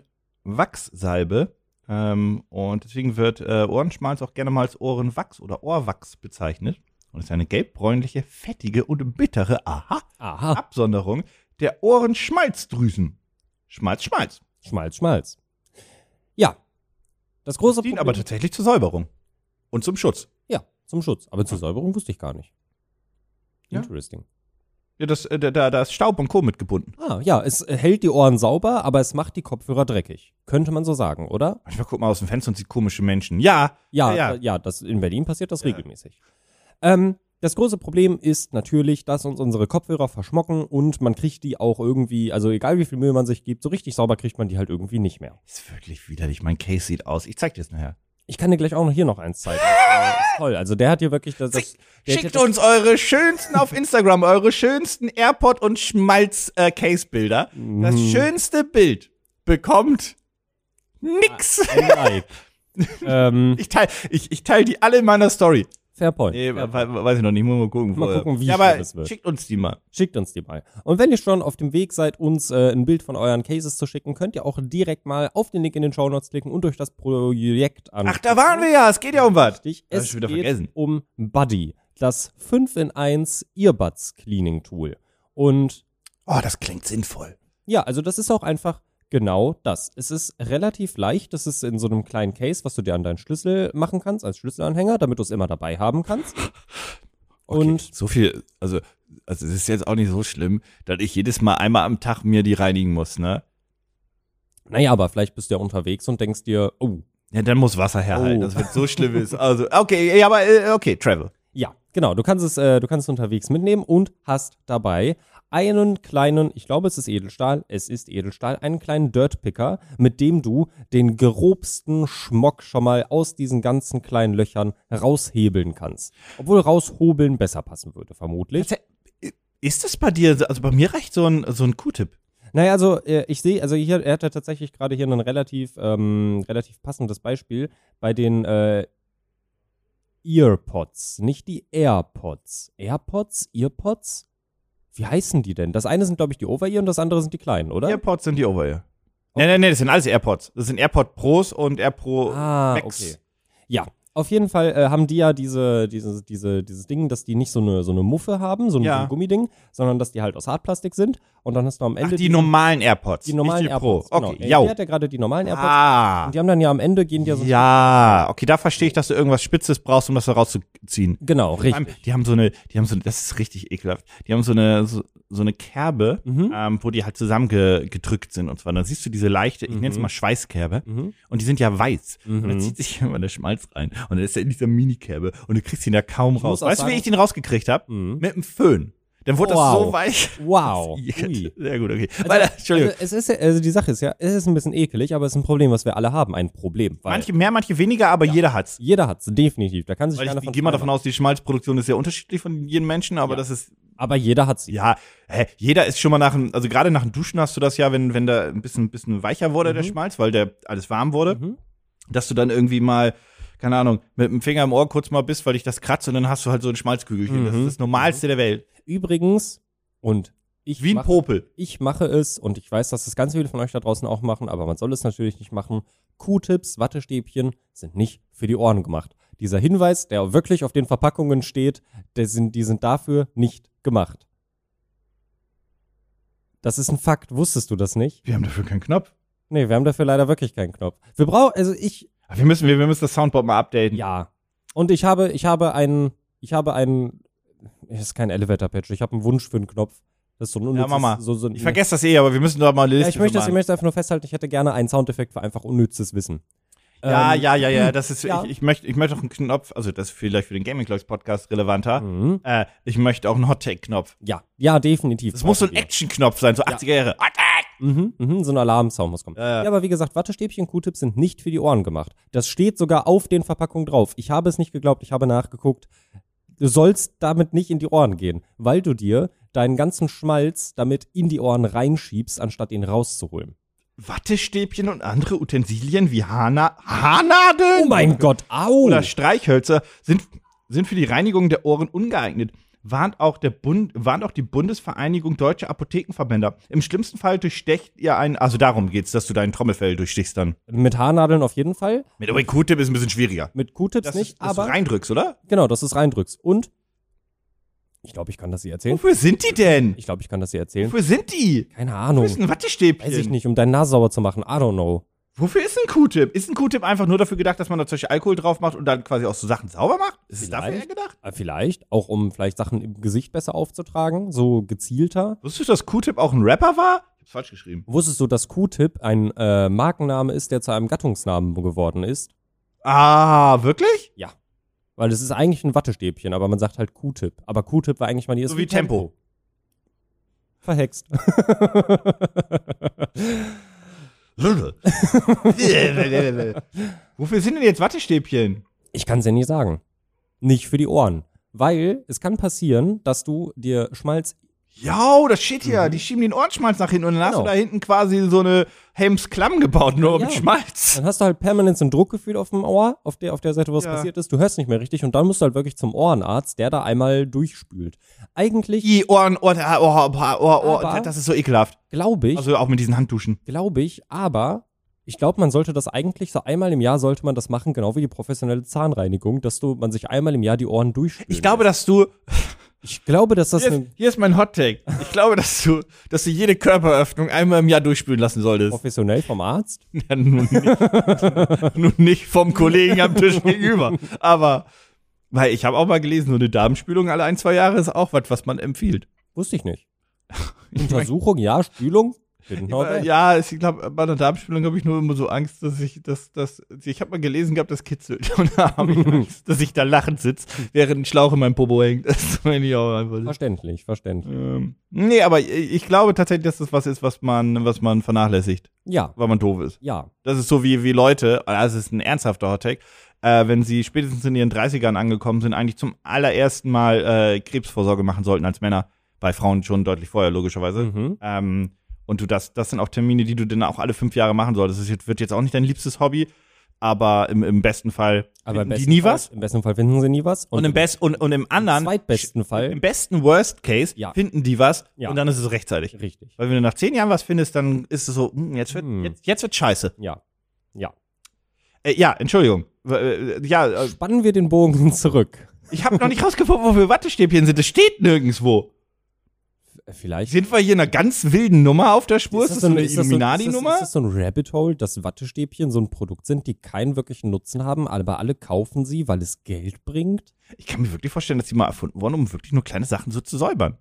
B: Wachssalbe. Ähm, und deswegen wird äh, Ohrenschmalz auch gerne mal als Ohrenwachs oder Ohrwachs bezeichnet. Und ist eine gelbbräunliche, fettige und bittere, aha,
C: Aha.
B: Absonderung der Ohrenschmalzdrüsen. Schmalz, Schmalz.
C: Schmalz, Schmalz. Ja. Das große
B: Dient
C: Problem.
B: aber tatsächlich zur Säuberung. Und zum Schutz.
C: ja, zum Schutz. Aber zur Säuberung wusste ich gar nicht.
B: Ja.
C: Interesting.
B: Ja, das, äh, da, da ist Staub und Co. mit gebunden.
C: Ah, ja, es hält die Ohren sauber, aber es macht die Kopfhörer dreckig. Könnte man so sagen, oder?
B: Manchmal guckt man aus dem Fenster und sieht komische Menschen. Ja,
C: Ja,
B: Ja,
C: ja,
B: ja.
C: ja. das, in Berlin passiert das
B: Ja.
C: regelmäßig. Ähm, das große Problem ist natürlich, dass uns unsere Kopfhörer verschmocken und man kriegt die auch irgendwie, also egal wie viel Mühe man sich gibt, so richtig sauber kriegt man die halt irgendwie nicht mehr.
B: ist wirklich widerlich. Mein Case sieht aus. Ich zeig dir das nachher.
C: Ich kann dir gleich auch noch hier noch eins zeigen. Das, äh, ist toll. Also der hat hier wirklich das. das der hat hier
B: Schickt
C: das,
B: uns eure schönsten auf Instagram, eure schönsten AirPod- und Schmalz-Case-Bilder. Das
C: Mhm.
B: schönste Bild bekommt nix.
C: ein Like. ähm,
B: Ich teile ich, ich teil die alle in meiner Story.
C: fair point.
B: Nee,
C: fair
B: we- we- weiß ich noch nicht. Muss mal gucken.
C: Mal
B: vorher.
C: gucken, wie
B: ja, aber
C: schlimm das wird.
B: schickt uns die mal.
C: Schickt uns die mal. Und wenn ihr schon auf dem Weg seid, uns äh, ein Bild von euren Cases zu schicken, könnt ihr auch direkt mal auf den Link in den Show Notes klicken und euch das Projekt an.
B: Ach, da waren wir ja. Es geht ja um was.
C: Richtig.
B: Das hab
C: Es
B: ich wieder
C: geht
B: vergessen.
C: um Buddy, das 5 in 1 Earbuds Cleaning Tool. Und
B: Oh, das klingt sinnvoll.
C: ja, also das ist auch einfach genau das. Es ist relativ leicht. Es ist in so einem kleinen Case, was du dir an deinen Schlüssel machen kannst, als Schlüsselanhänger, damit du es immer dabei haben kannst. Und
B: so viel, also, also es ist jetzt auch nicht so schlimm, dass ich jedes Mal einmal am Tag mir die reinigen muss, ne?
C: naja, aber vielleicht bist du ja unterwegs und denkst dir, oh,
B: Ja, dann muss Wasser herhalten,
C: Oh.
B: das wird so schlimm ist. Also, okay, ja, aber äh, okay, Travel.
C: Ja, genau. Du kannst es, äh, du kannst es unterwegs mitnehmen und hast dabei einen kleinen, ich glaube, es ist Edelstahl, es ist Edelstahl, einen kleinen Dirtpicker, mit dem du den grobsten Schmock schon mal aus diesen ganzen kleinen Löchern raushebeln kannst. Obwohl raushobeln besser passen würde, vermutlich.
B: Ist das bei dir, also bei mir reicht so ein, so ein Q-Tipp.
C: Naja, also äh, ich sehe, also hier, er hat ja tatsächlich gerade hier ein relativ, ähm, relativ passendes Beispiel bei den äh, Earpods, nicht die AirPods. AirPods? Earpods? Wie heißen die denn? Das eine sind, glaube ich, die Over-Ear und das andere sind die kleinen, oder?
B: AirPods sind die Over-Ear. ne? Nee, nee, nee, das sind alles AirPods. Das sind AirPod Pros und AirPro
C: Ah,
B: Max.
C: okay. Ja, auf jeden Fall äh, haben die ja diese, diese, diese, dieses Ding, dass die nicht so eine, so eine Muffe haben, so ein,
B: Ja.
C: so ein Gummiding, sondern dass die halt aus Hartplastik sind und dann hast du am
B: Ach,
C: Ende
B: die normalen AirPods.
C: die normalen
B: nicht die
C: AirPods.
B: Pro.
C: Genau.
B: Okay,
C: Ja,
B: jau.
C: Hier hat ja gerade die normalen AirPods.
B: Ah.
C: Und die haben dann ja am Ende gehen die ja so
B: Ja, okay, da verstehe ich, dass du irgendwas Spitzes brauchst, um das da rauszuziehen.
C: Genau,
B: Vor allem,
C: richtig.
B: Die haben so eine, die haben so eine, das ist richtig ekelhaft. Die haben so eine, so, so eine Kerbe,
C: Mhm.
B: ähm, wo die halt zusammengedrückt sind und zwar. Dann siehst du diese leichte, ich nenne es mal Schweißkerbe.
C: Mhm.
B: Und die sind ja weiß. Und da
C: Mhm.
B: zieht sich immer der Schmalz rein. Und dann ist er in dieser Minikerbe. Und du kriegst ihn da kaum
C: Ich
B: raus.
C: muss auch
B: Weißt du, wie
C: sagen-
B: ich den rausgekriegt habe?
C: Mhm.
B: Mit einem Föhn. Dann wurde das
C: Wow.
B: so weich.
C: Wow. Ui.
B: Sehr gut, okay. Weiter, Entschuldigung.
C: Also, es ist, ja- also die Sache ist ja, es ist ein bisschen ekelig, aber es ist ein Problem, was wir alle haben. Ein Problem. Weil
B: manche mehr, manche weniger, aber jeder hat's.
C: jeder hat es, definitiv. Da kann sich
B: Weil
C: keiner
B: ich
C: von
B: gehe mal davon
C: freimachen.
B: aus, die Schmalzproduktion ist sehr unterschiedlich von jedem Menschen, aber
C: Ja.
B: das ist
C: Aber jeder hat es.
B: Ja, hä, jeder ist schon mal nach dem, also gerade nach dem Duschen hast du das ja, wenn, wenn da ein bisschen, bisschen weicher wurde, der Schmalz, weil der alles warm wurde,
C: Mhm.
B: dass du dann irgendwie mal, keine Ahnung, mit dem Finger im Ohr kurz mal bist, weil dich das kratzt und dann hast du halt so ein Schmalzkügelchen. Das
C: Mhm.
B: ist das Normalste der Welt.
C: Übrigens, und ich
B: Wie ein
C: mache-
B: Popel.
C: ich mache es und ich weiß, dass das ganz viele von euch da draußen auch machen, aber man soll es natürlich nicht machen. Q-Tips, Wattestäbchen sind nicht für die Ohren gemacht. Dieser Hinweis, der wirklich auf den Verpackungen steht, der sind, die sind dafür nicht gemacht. Das ist ein Fakt. Wusstest du das nicht?
B: Wir haben dafür keinen Knopf.
C: Nee, wir haben dafür leider wirklich keinen Knopf. Wir brauchen, also ich,
B: Aber Wir müssen, wir, wir müssen das Soundboard mal updaten.
C: ja. Und ich habe, ich habe einen, ich habe einen, es ist kein Elevator-Patch, ich habe einen Wunsch für einen Knopf. Das ist so ein unnützes,
B: mach mal.
C: So, so ein,
B: Ich vergesse das eh, aber wir müssen doch mal eine
C: Ja,
B: Liste
C: ich möchte, das,
B: für
C: ich
B: machen.
C: möchte einfach nur festhalten, ich hätte gerne einen Soundeffekt für einfach unnützes Wissen.
B: ja,
C: Ähm,
B: ja, ja, ja, das ist,
C: Ja.
B: Ich, ich möchte, ich möchte auch einen Knopf, also das ist vielleicht für den Gaming Clocks Podcast relevanter.
C: Mhm.
B: Äh, ich möchte auch einen Hot Take Knopf.
C: Ja, ja, definitiv.
B: Das muss so ein
C: Brauchen
B: Action-Knopf sein, so 80er Jahre. Hot Take!
C: wir. Mhm, mhm, so ein Alarmsound muss kommen.
B: Ja, ja.
C: Ja, aber wie gesagt, Wattestäbchen Q-Tips sind nicht für die Ohren gemacht. Das steht sogar auf den Verpackungen drauf. Ich habe es nicht geglaubt, ich habe nachgeguckt. Du sollst damit nicht in die Ohren gehen, weil du dir deinen ganzen Schmalz damit in die Ohren reinschiebst, anstatt ihn rauszuholen.
B: Wattestäbchen und andere Utensilien wie Haarna Haarnadeln
C: Oh mein Gott, au!
B: oder Streichhölzer sind, sind für die Reinigung der Ohren ungeeignet. Warnt auch, der Bund, warnt auch die Bundesvereinigung Deutsche Apothekenverbänder. Im schlimmsten Fall durchstecht ihr einen. Also darum geht's, dass du deinen Trommelfell durchstichst dann.
C: Mit Haarnadeln auf jeden Fall.
B: Mit Q-Tip ist ein bisschen schwieriger.
C: Mit Q-Tips
B: Das
C: nicht,
B: ist, dass
C: aber.
B: du reindrückst, oder?
C: genau, dass du es reindrückst. Und. Ich glaube, ich kann das ihr erzählen.
B: Wofür sind die denn?
C: Ich glaube, ich kann das ihr erzählen.
B: Wofür sind die?
C: Keine
B: Wofür
C: Ahnung.
B: ist ein Wattestäbchen?
C: Weiß ich nicht, um deine Nase sauber zu machen. I don't know.
B: Wofür ist ein Q-Tip? Ist ein Q-Tip einfach nur dafür gedacht, dass man da zum Beispiel Alkohol drauf macht und dann quasi auch so Sachen sauber macht? Ist es dafür eher
C: Vielleicht.
B: gedacht?
C: Aber vielleicht, auch um vielleicht Sachen im Gesicht besser aufzutragen, so gezielter.
B: Wusstest du, dass Q-Tip auch ein Rapper war? Ich hab's falsch geschrieben.
C: Wusstest du, dass Q-Tip ein äh, Markenname ist, der zu einem Gattungsnamen geworden ist?
B: Ah, wirklich?
C: Weil es ist eigentlich ein Wattestäbchen, aber man sagt halt Q-Tip. Aber Q-Tip war eigentlich mal die
B: So wie Tempo.
C: Verhext.
B: Wofür sind denn jetzt Wattestäbchen?
C: Ich kann es ja nicht sagen. Nicht für die Ohren. Weil es kann passieren, dass du dir Schmalz.
B: Ja, oh, das steht hier. Die schieben den Ohrenschmalz nach hinten und dann hast
C: Mhm. Genau.
B: du da hinten quasi so eine Helmsklamm gebaut, nur
C: Ja.
B: mit Schmalz.
C: Dann hast du halt permanent so ein Druckgefühl auf dem Ohr, auf der, auf der Seite, wo es
B: Ja.
C: passiert ist. Du hörst nicht mehr richtig und dann musst du halt wirklich zum Ohrenarzt, der da einmal durchspült. Eigentlich
B: Die Ohren, oh, Ohren, Ohren, Ohren, Ohren,
C: Aber-
B: Ohren. oh, Das ist so ekelhaft.
C: glaube ich,
B: Also auch mit diesen Handduschen.
C: glaube ich, aber ich glaube, man sollte das eigentlich so einmal im Jahr sollte man das machen, genau wie die professionelle Zahnreinigung, dass du man sich einmal im Jahr die Ohren durchspült.
B: Ich glaube, dass du
C: ich glaube, dass das
B: Hier ist,
C: eine
B: hier ist mein Hot Take. Ich glaube, dass du, dass du jede Körperöffnung einmal im Jahr durchspülen lassen solltest.
C: professionell vom Arzt.
B: Ja, nun, nicht, nun nicht vom Kollegen am Tisch gegenüber. Aber, weil ich habe auch mal gelesen, so eine Darmspülung alle ein, zwei Jahre ist auch was, was man empfiehlt.
C: Wusste ich nicht. Untersuchung, ja, Spülung. Didn't know that.
B: Äh, Ja, ich glaube, bei einer Darmspülung habe ich nur immer so Angst, dass ich, dass, dass, ich habe mal gelesen gehabt, das kitzelt. Und da habe ich Angst, dass ich da lachend sitze, während ein Schlauch in meinem Popo hängt. Das meine ich auch
C: Mhm.
B: einfach.
C: Verständlich, verständlich.
B: Ähm, nee, aber ich- ich glaube tatsächlich, dass das was ist, was man, was man vernachlässigt,
C: Ja,
B: weil man doof ist.
C: ja.
B: Das ist so wie, wie Leute, also es ist ein ernsthafter Hottag, äh, wenn sie spätestens in ihren 30ern angekommen sind, eigentlich zum allerersten Mal äh, Krebsvorsorge machen sollten als Männer. Bei Frauen schon deutlich vorher, logischerweise.
C: Mhm.
B: Ähm, und du das, das sind auch Termine, die du dann auch alle fünf Jahre machen solltest. Das ist jetzt- wird jetzt auch nicht dein liebstes Hobby, aber im, im besten Fall
C: Aber
B: finden
C: im
B: die
C: besten
B: nie
C: Fall,
B: was.
C: Im besten Fall finden sie nie was.
B: Und im, best, und, und im anderen,
C: zweitbesten Fall.
B: im besten Worst Case,
C: Ja.
B: finden die was
C: Ja.
B: und dann ist es rechtzeitig.
C: Richtig.
B: Weil wenn du nach zehn Jahren was findest, dann ist es so, hm, jetzt wird,
C: Hm.
B: jetzt, jetzt wird scheiße.
C: Ja. Ja.
B: Äh, ja, Entschuldigung. W- äh, Ja, äh,
C: Spannen wir den Bogen zurück.
B: ich habe noch nicht rausgefunden, wofür Wattestäbchen sind. Das steht nirgendwo.
C: Vielleicht.
B: Sind wir hier einer ganz wilden Nummer auf der Spur? Ist das,
C: so
B: so eine
C: ist das so- Ist,
B: Illuminati-Nummer?
C: das- ist das so ein Rabbit Hole, dass Wattestäbchen so ein Produkt sind, die keinen wirklichen Nutzen haben, aber alle kaufen sie, weil es Geld bringt?
B: Ich kann mir wirklich vorstellen, dass die mal erfunden wurden, um wirklich nur kleine Sachen so zu säubern.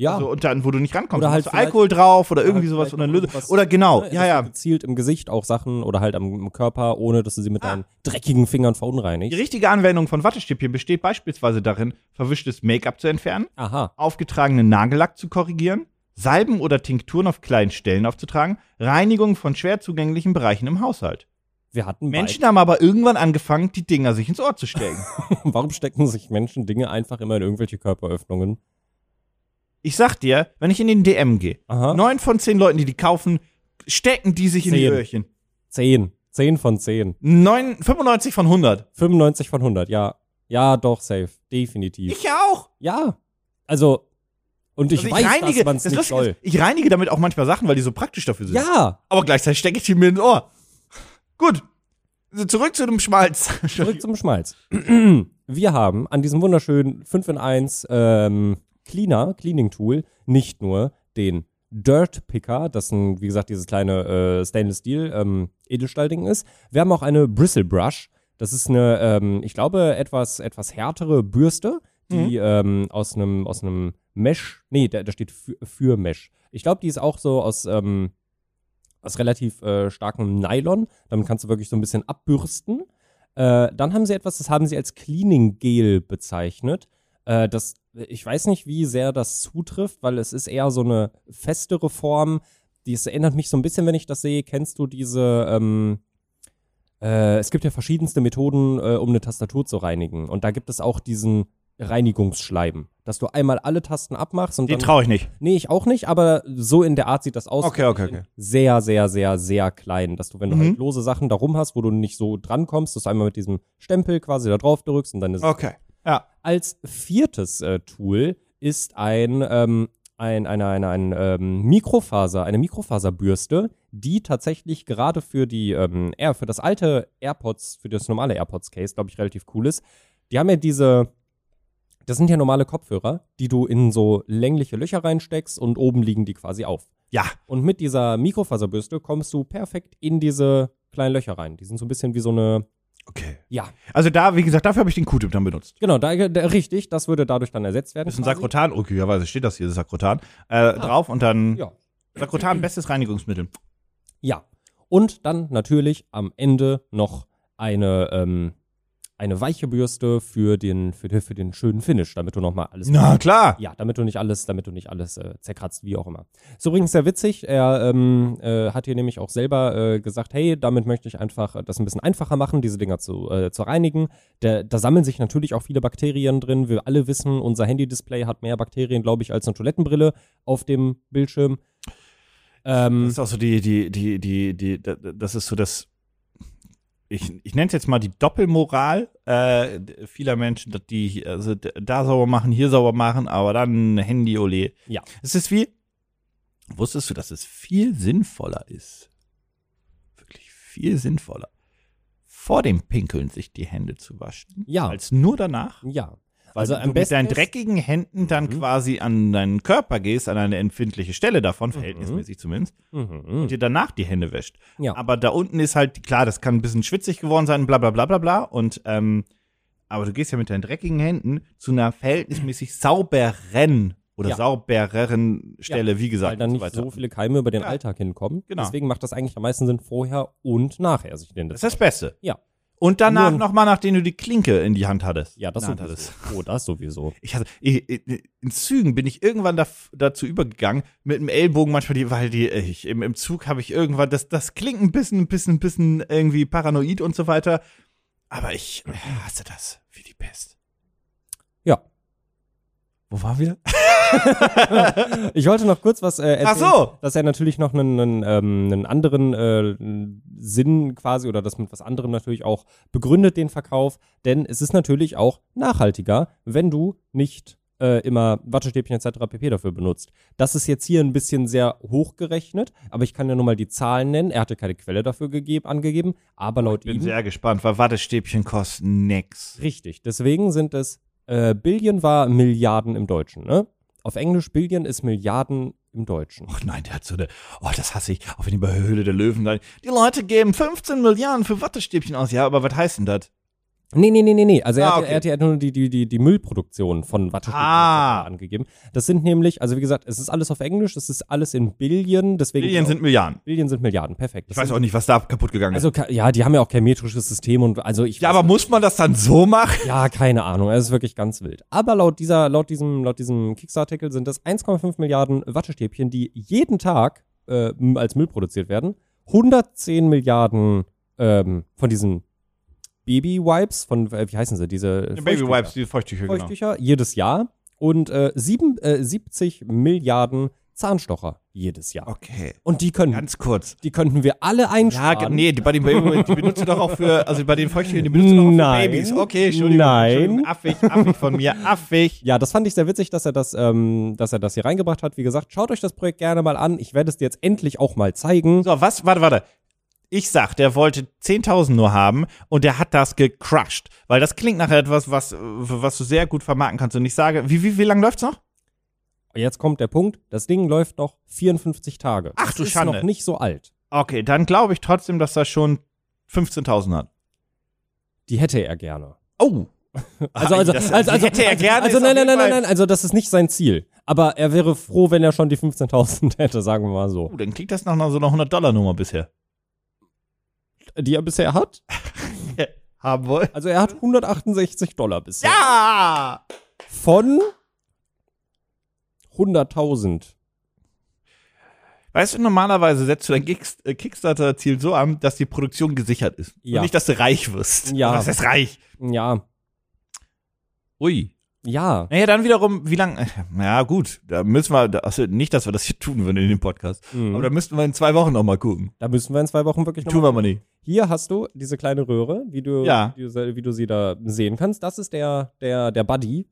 C: Ja.
B: Also, und dann, wo du nicht rankommst.
C: Oder
B: Dann
C: halt
B: machst du
C: vielleicht-
B: Alkohol drauf oder
C: Oder
B: irgendwie
C: halt
B: sowas
C: vielleicht
B: und dann
C: noch
B: löse.
C: irgendwas-
B: Oder genau,
C: ne,
B: ja,
C: dass
B: ja.
C: du Gezielt im Gesicht auch Sachen oder halt am, am Körper, ohne dass du sie mit
B: Ah.
C: deinen dreckigen Fingern
B: Die
C: verunreinigst.
B: richtige Anwendung von Wattestäbchen besteht beispielsweise darin, verwischtes Make-up zu entfernen,
C: Aha.
B: aufgetragenen Nagellack zu korrigieren, Salben oder Tinkturen auf kleinen Stellen aufzutragen, Reinigung von schwer zugänglichen Bereichen im Haushalt.
C: Wir hatten
B: Menschen haben aber irgendwann angefangen, die Dinger sich ins Ohr zu stecken.
C: Beide. Warum stecken sich Menschen Dinge einfach immer in irgendwelche Körperöffnungen?
B: Ich sag dir, wenn ich in den DM gehe,
C: Aha.
B: neun von zehn Leuten, die die kaufen, stecken die sich in die
C: Zehn.
B: Öhrchen.
C: Zehn. Zehn von zehn.
B: Neun, 95 von 100.
C: 95 von 100, ja. Ja, doch, safe. Definitiv.
B: Ich ja auch.
C: ja. Also, und ich
B: Also
C: weiß, dass man es
B: das
C: nicht
B: Lustige
C: soll.
B: ist, ich reinige damit auch manchmal Sachen, weil die so praktisch dafür sind.
C: Ja,
B: Aber gleichzeitig stecke ich die mir ins Ohr. Gut. Also Zurück zu dem Schmalz.
C: zurück zum Schmalz. Wir haben an diesem wunderschönen 5 in 1 ähm, Cleaner, Cleaning-Tool, nicht nur den Dirt Picker, das ein, wie gesagt, dieses kleine äh, Stainless Steel ähm, Edelstahlding ist. Wir haben auch eine Bristle Brush. Das ist eine, ähm, ich glaube, etwas, etwas härtere Bürste, die ähm, aus einem aus einem Mesh, nee, da, da steht für, für Mesh. Ich glaube, die ist auch so aus, ähm, aus relativ äh, starkem Nylon. Damit kannst du wirklich so ein bisschen abbürsten. Äh, dann haben sie etwas, das haben sie als Cleaning Gel bezeichnet. Äh, das, ich weiß nicht, wie sehr das zutrifft, weil es ist eher so eine festere Form. Die- es erinnert mich so ein bisschen, wenn ich das sehe. Kennst du diese? Ähm, äh, es gibt ja verschiedenste Methoden, äh, um eine Tastatur zu reinigen. Und da gibt es auch diesen Reinigungsschleiben. Dass du einmal alle Tasten abmachst und
B: Die
C: dann.
B: traue ich nicht.
C: Nee, ich auch nicht, aber so in der Art sieht das aus.
B: Okay, okay, okay.
C: Sehr, sehr, sehr, sehr klein. Dass du, wenn du
B: Mhm.
C: halt lose Sachen da rum hast, wo du nicht so drankommst, dass du einmal mit diesem Stempel quasi da drauf drückst und dann ist es
B: Okay. Ja.
C: als viertes äh, Tool ist ein, ähm, ein, ein, ein, ein ähm, Mikrofaser, eine Mikrofaserbürste, die tatsächlich gerade für die ähm, Air, für das alte AirPods, für das normale AirPods Case, glaube ich, relativ cool ist. Die haben ja diese, das sind ja normale Kopfhörer, die du in so längliche Löcher reinsteckst und oben liegen die quasi auf.
B: Ja.
C: Und mit dieser Mikrofaserbürste kommst du perfekt in diese kleinen Löcher rein. Die sind so ein bisschen wie so eine,
B: Okay.
C: ja,
B: Also da, wie gesagt, dafür habe ich den Q-Tip dann benutzt.
C: genau, da, da, richtig, das würde dadurch dann ersetzt werden.
B: Das ist ein
C: quasi.
B: Sakrotan, möglicherweise steht das hier, Sakrotan, äh, drauf und dann
C: Ja.
B: Sakrotan, bestes Reinigungsmittel.
C: Ja. Und dann natürlich am Ende noch eine, ähm, eine weiche Bürste für den, für, den- für den schönen Finish, damit du nochmal alles.
B: Na klar.
C: Ja, damit du nicht alles, damit du nicht alles äh, zerkratzt, wie auch immer. Ist übrigens sehr witzig. Er ähm, äh, hat hier nämlich auch selber äh, gesagt, hey, damit möchte ich einfach äh, das ein bisschen einfacher machen, diese Dinger zu, äh, zu reinigen. Da, da sammeln sich natürlich auch viele Bakterien drin. Wir alle wissen, unser Handy-Display hat mehr Bakterien, glaube ich, als eine Toilettenbrille auf dem Bildschirm. Ähm,
B: Das ist auch so die, die, die, die, die, da- das ist so das, ich, ich nenne es jetzt mal die Doppelmoral äh, d- vieler Menschen, dass die also d- da sauber machen, hier sauber machen, aber dann Handy, ole.
C: Ja.
B: Es ist wie, wusstest du, dass es viel sinnvoller ist, wirklich viel sinnvoller, vor dem Pinkeln sich die Hände zu waschen,
C: Ja.
B: als nur danach?
C: ja.
B: Weil
C: Also
B: du
C: am
B: mit
C: besten
B: deinen
C: ist-
B: dreckigen Händen dann
C: Mhm.
B: quasi an deinen Körper gehst, an eine empfindliche Stelle davon, verhältnismäßig zumindest,
C: Mhm.
B: und dir danach die Hände wäscht.
C: Ja.
B: Aber da unten ist halt, klar, das kann ein bisschen schwitzig geworden sein, bla bla bla bla bla. Und ähm, aber du gehst ja mit deinen dreckigen Händen zu einer verhältnismäßig sauberen oder
C: Ja.
B: saubereren Stelle, wie gesagt.
C: weil dann
B: und
C: nicht so viele Keime über den Alltag hinkommen.
B: Genau.
C: Deswegen macht das eigentlich am meisten Sinn, vorher und nachher sich den
B: Das ist das Beste.
C: Ja.
B: Und danach
C: Nur-
B: nochmal, nachdem du die Klinke in die Hand hattest.
C: Ja, das
B: In der Hand
C: sowieso. Oh, das sowieso.
B: ich hatte, ich, ich, in Zügen bin ich irgendwann da, dazu übergegangen, mit dem Ellbogen manchmal, die, weil die, äh, ich, im, im Zug habe ich irgendwann, das, das klingt ein bisschen, ein bisschen, ein bisschen irgendwie paranoid und so weiter. Aber ich äh, hasse das, wie die Pest.
C: Ja.
B: Wo waren wir?
C: Ich wollte noch kurz was äh, erzählen,
B: Ach so.
C: dass er natürlich noch einen, einen, ähm, einen anderen äh, Sinn quasi oder das mit was anderem natürlich auch begründet den Verkauf, denn es ist natürlich auch nachhaltiger, wenn du nicht äh, immer Wattestäbchen etc. pp. dafür benutzt. Das ist jetzt hier ein bisschen sehr hochgerechnet, aber ich kann ja nur mal die Zahlen nennen. Er hatte keine Quelle dafür gegeben, angegeben, aber laut
B: Bin
C: ihm
B: sehr gespannt, weil Wattestäbchen kosten nix.
C: Richtig. Deswegen sind es äh, Billion war Milliarden im Deutschen, ne? Auf Englisch Billion ist Milliarden im Deutschen.
B: Och nein, der hat so eine, oh, das hasse ich, auch wenn die bei Höhle der Löwen sagen, die Leute geben 15 Milliarden für Wattestäbchen aus. Ja, aber was heißt denn das?
C: Nee, nee, nee, nee, nee. Also er,
B: Ah,
C: hat,
B: okay.
C: er, hat, er hat nur die, die, die, die Müllproduktion von Wattestäbchen
B: Ah.
C: angegeben. Das sind nämlich, also wie gesagt, es ist alles auf Englisch, es ist alles in Billion, deswegen
B: Milliarden sind Milliarden.
C: Billion sind Milliarden, perfekt.
B: Ich weiß auch nicht, was da kaputt gegangen ist.
C: Also ka- ja, die haben ja auch kein metrisches System und also ich
B: Ja, aber muss man das dann so machen?
C: Ja, keine Ahnung. Es ist wirklich ganz wild. Aber laut dieser, laut diesem, laut diesem Kickstarter-Artikel sind das 1,5 Milliarden Wattestäbchen, die jeden Tag äh, m- als Müll produziert werden. 110 Milliarden ähm, von diesen Baby-Wipes, von, äh, wie heißen sie, diese Feuchttücher.
B: Babywipes, die Feuchttücher, genau.
C: Feuchttücher jedes Jahr. Und äh, sieben, äh, 70 Milliarden Zahnstocher jedes Jahr.
B: Okay,
C: Und die können,
B: ganz kurz.
C: die könnten wir alle
B: Ja,
C: einsparen.
B: ge- nee, die, bei den Babywipes, die benutzt du doch auch für, also bei den Feuchttüchern, die benutzt du doch auch
C: Nein.
B: für Babys. Okay, Entschuldigung.
C: Nein.
B: Entschuldigung, affig, affig von mir, affig.
C: Ja, das fand ich sehr witzig, dass er das, ähm, dass er das hier reingebracht hat. Wie gesagt, schaut euch das Projekt gerne mal an. Ich werde es dir jetzt endlich auch mal zeigen.
B: So, was, warte, warte. Ich sag, der wollte 10.000 nur haben und der hat das gecrushed. Weil das klingt nach etwas, was, äh, was du sehr gut vermarkten kannst. Und ich sage, wie, wie, wie lange läuft's noch?
C: Jetzt kommt der Punkt. Das Ding läuft noch 54 Tage.
B: Ach,
C: das
B: du
C: ist
B: Schande.
C: noch nicht so alt.
B: Okay, dann glaube ich trotzdem, dass er schon 15.000 hat.
C: Die hätte er gerne.
B: Oh.
C: Also, also,
B: das,
C: also, also,
B: hätte er
C: also,
B: gerne.
C: also
B: ist
C: nein,
B: auf
C: nein,
B: jeden
C: nein,
B: Fall-
C: nein, nein, also das ist nicht sein Ziel. Aber er wäre froh, wenn er schon die 15.000 hätte, sagen wir mal so.
B: Oh, dann klingt das nach einer- so einer 100-Dollar-Nummer bisher.
C: Die er bisher hat?
B: Haben wollen.
C: Also er hat 168 Dollar bisher.
B: Ja!
C: Von 100.000.
B: Weißt du, normalerweise setzt du dein Kicks- äh, Kickstarter-Ziel so an, dass die Produktion gesichert ist.
C: Ja.
B: Und nicht, dass du reich wirst.
C: Ja.
B: Was ist reich?
C: Ja,
B: Ui.
C: Ja.
B: Naja, dann wiederum, wie lange? Ja, gut, da müssen wir, da- also nicht, dass wir das hier tun würden in dem Podcast. Aber da müssten wir in zwei Wochen nochmal gucken.
C: Da müssen wir in zwei Wochen wirklich
B: Tun wir aber nicht.
C: Hier hast du diese kleine Röhre, wie du,
B: Ja.
C: wie du, wie du sie da sehen kannst. Das ist der, der, der Buddy.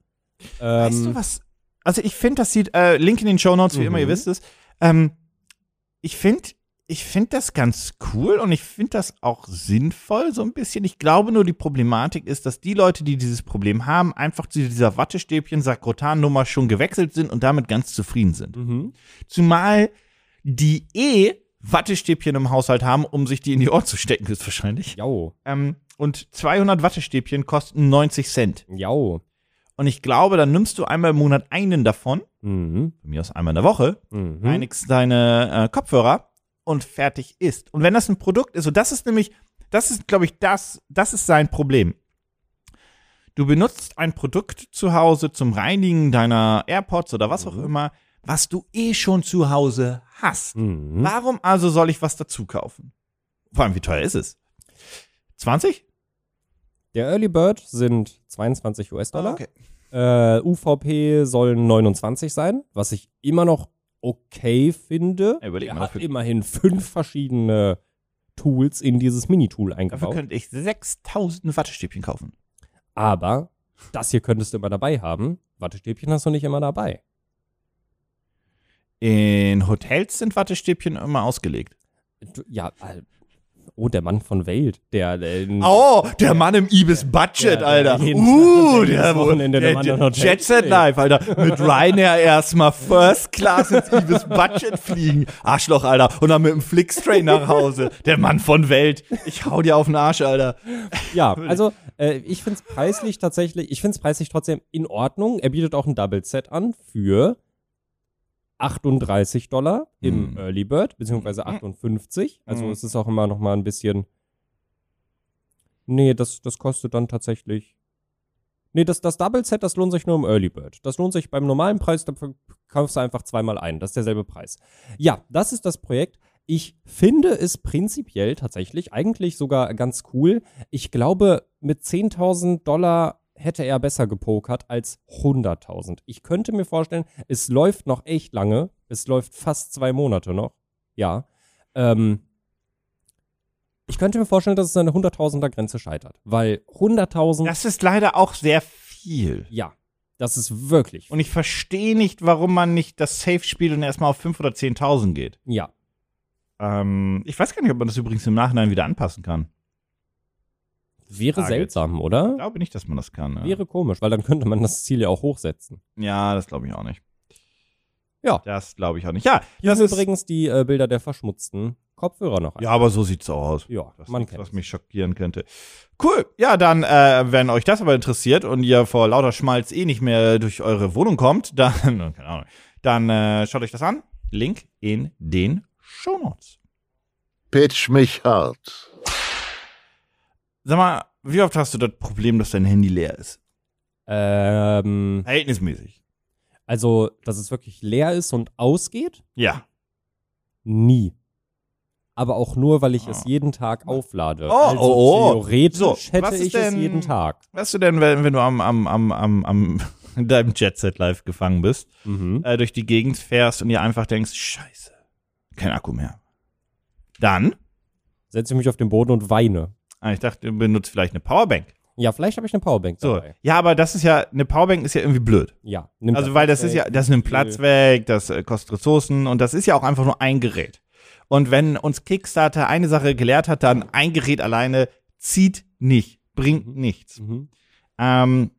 C: Ähm,
B: Weißt du was? Also ich finde, das sieht, äh, Link in den Show Notes, wie
C: Mhm.
B: immer, ihr wisst es. Ähm, ich finde, ich finde das ganz cool und ich finde das auch sinnvoll, so ein bisschen. Ich glaube nur, die Problematik ist, dass die Leute, die dieses Problem haben, einfach zu dieser Wattestäbchen-Sakrotan-Nummer schon gewechselt sind und damit ganz zufrieden sind.
C: Mhm.
B: Zumal die eh Wattestäbchen im Haushalt haben, um sich die in die Ohren zu stecken, ist wahrscheinlich.
C: Jau,
B: Ähm, und 200 Wattestäbchen kosten 90 Cent.
C: jau.
B: Und ich glaube, dann nimmst du einmal im Monat einen davon,
C: Mhm.
B: bei mir aus einmal in der Woche,
C: Mhm.
B: reinigst deine äh, Kopfhörer und fertig ist. Und wenn das ein Produkt ist, und das ist nämlich, das ist, glaube ich, das, das ist sein Problem. Du benutzt ein Produkt zu Hause zum Reinigen deiner AirPods oder was auch immer, was du eh schon zu Hause hast.
C: Mhm.
B: Warum also soll ich was dazu kaufen? Vor allem, wie teuer ist es? 20?
C: Der Early Bird sind 22 US-Dollar.
B: Ah, Okay.
C: Äh, UVP sollen 29 sein, was ich immer noch okay finde.
B: Ja, überleg mal,
C: er hat
B: dafür-
C: immerhin fünf verschiedene Tools in dieses Mini-Tool
B: Dafür
C: eingebaut.
B: könnte ich 6000 Wattestäbchen kaufen.
C: Aber das hier könntest du immer dabei haben. Wattestäbchen hast du nicht immer dabei.
B: In Hotels sind Wattestäbchen immer ausgelegt.
C: Du, ja, äh, oh, der Mann von Welt, der, der in-
B: Oh, der Mann im Ibis Budget,
C: Hm. Ja, der
B: Alter.
C: jeden
B: Uh,
C: Tag, der
B: der,
C: jedes Wochenende
B: der,
C: im anderen Hotel
B: Jet Set
C: steht.
B: Life, Alter. Mit Ryanair erstmal First Class ins Ibis Budget fliegen. Arschloch, Alter. Und dann mit dem Flixtrain nach Hause. Der Mann von Welt. Ich hau dir auf den Arsch, Alter.
C: Ja, also äh, ich find's preislich tatsächlich, ich find's preislich trotzdem in Ordnung. Er bietet auch ein Double Set an für 38 Dollar im
B: Hm.
C: Early Bird, beziehungsweise 58. Also
B: Hm.
C: es ist auch immer noch mal ein bisschen. Nee, das, das kostet dann tatsächlich. Nee, das, das Double Set, das lohnt sich nur im Early Bird. Das lohnt sich beim normalen Preis, da kaufst du einfach zweimal ein. Das ist derselbe Preis. Ja, das ist das Projekt. Ich finde es prinzipiell tatsächlich eigentlich sogar ganz cool. Ich glaube, mit 10.000 Dollar hätte er besser gepokert als 100.000. Ich könnte mir vorstellen, es läuft noch echt lange. Es läuft fast zwei Monate noch. Ja. Ähm, ich könnte mir vorstellen, dass es an der 100.000er Grenze scheitert. Weil 100.000,
B: Das ist leider auch sehr viel.
C: ja, das ist wirklich,
B: Und ich verstehe nicht, warum man nicht das Safe spielt und erstmal auf 5 oder 10.000 geht.
C: ja.
B: Ähm, ich weiß gar nicht, ob man das übrigens im Nachhinein wieder anpassen kann.
C: Wäre
B: Frage.
C: seltsam,
B: Ich
C: oder?
B: glaube nicht, dass man das kann. ja.
C: Wäre komisch, weil dann könnte man das Ziel ja auch hochsetzen.
B: Ja, das glaube ich auch nicht.
C: Ja.
B: Das glaube ich auch nicht. Ja,
C: Hier
B: das
C: sind
B: ist
C: übrigens die äh, Bilder der verschmutzten Kopfhörer noch ein.
B: Ja, aber so sieht's auch aus.
C: Ja,
B: Das
C: man
B: ist,
C: kennt
B: was
C: es.
B: mich schockieren könnte. Cool. Ja, dann, äh, wenn euch das aber interessiert und ihr vor lauter Schmalz eh nicht mehr durch eure Wohnung kommt, dann, äh, keine Ahnung, dann äh, schaut euch das an. Link in den Shownotes.
A: Pitch mich hart.
B: Sag mal, wie oft hast du das Problem, dass dein Handy leer ist?
C: Ähm,
B: Verhältnismäßig.
C: also, dass es wirklich leer ist und ausgeht?
B: Ja.
C: Nie. Aber auch nur, weil ich es
B: Ah.
C: jeden Tag auflade.
B: Oh,
C: also
B: oh, oh.
C: theoretisch
B: So, was
C: hätte
B: ist
C: ich es
B: denn-
C: jeden Tag.
B: Weißt du denn, wenn, wenn du am, am, am, am, am in deinem Jet Set Live gefangen bist,
C: Mhm.
B: äh, durch die Gegend fährst und dir einfach denkst, scheiße, kein Akku mehr. Dann
C: Setze ich mich auf den Boden und weine.
B: Ah, ich dachte, du benutzt vielleicht eine Powerbank.
C: Ja, vielleicht habe ich eine Powerbank
B: So.
C: dabei.
B: Ja, aber das ist ja, eine Powerbank ist ja irgendwie blöd.
C: Ja. Äh, nimmt
B: Also, weil das ist ja, das nimmt Platz weg, das äh, kostet Ressourcen und das ist ja auch einfach nur ein Gerät. Und wenn uns Kickstarter eine Sache gelehrt hat, dann ein Gerät alleine zieht nicht, bringt
C: Mhm.
B: nichts.
C: Mhm.
B: Ähm,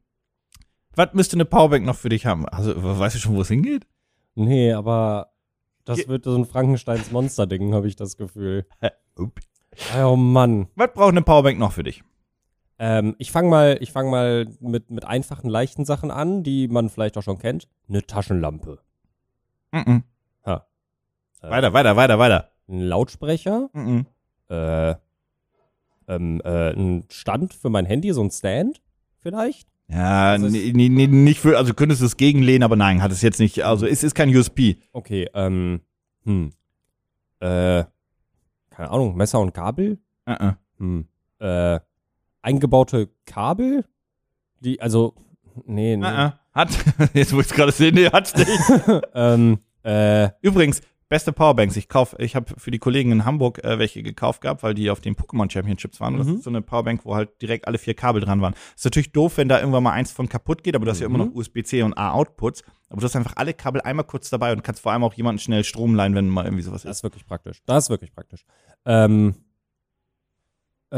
B: was müsste eine Powerbank noch für dich haben? Also, weißt du schon, wo es hingeht?
C: Nee, aber das
B: Ge-
C: wird so ein Frankensteins Monster-Ding, habe ich das Gefühl.
B: Upp.
C: Oh Mann.
B: Was braucht eine Powerbank noch für dich?
C: Ähm, ich fange mal, ich fang mal mit, mit einfachen, leichten Sachen an, die man vielleicht auch schon kennt. Eine Taschenlampe.
B: Mhm.
C: Ha.
B: Weiter, weiter, weiter, weiter.
C: Ein Lautsprecher.
B: Mhm.
C: Äh, ähm, äh, ein Stand für mein Handy, so ein Stand vielleicht.
B: Ja,
C: Das
B: nee, nee, nee, nicht für, also könntest du es gegenlehnen, aber nein, hat es jetzt nicht. Also es ist kein USP.
C: Okay, ähm, hm. Äh, keine Ahnung, Messer und Gabel?
B: Äh, äh.
C: Hm. Äh, eingebaute Kabel? Die, also, nee, nee.
B: Äh, äh. Hat, jetzt wo ich es gerade sehe, nee, hat's nicht.
C: Ähm, äh,
B: Übrigens, beste Powerbanks. Ich kauf, ich habe für die Kollegen in Hamburg äh, welche gekauft gehabt, weil die auf den Pokémon Championships waren. Und das ist so eine Powerbank, wo halt direkt alle vier Kabel dran waren. Ist natürlich doof, wenn da irgendwann mal eins von kaputt geht, aber du hast ja immer noch USB-C und A-Outputs. Aber du hast einfach alle Kabel einmal kurz dabei und kannst vor allem auch jemanden schnell Strom leihen, wenn mal irgendwie sowas
C: das
B: ist.
C: ist wirklich praktisch. Das ist wirklich praktisch. Ähm, äh,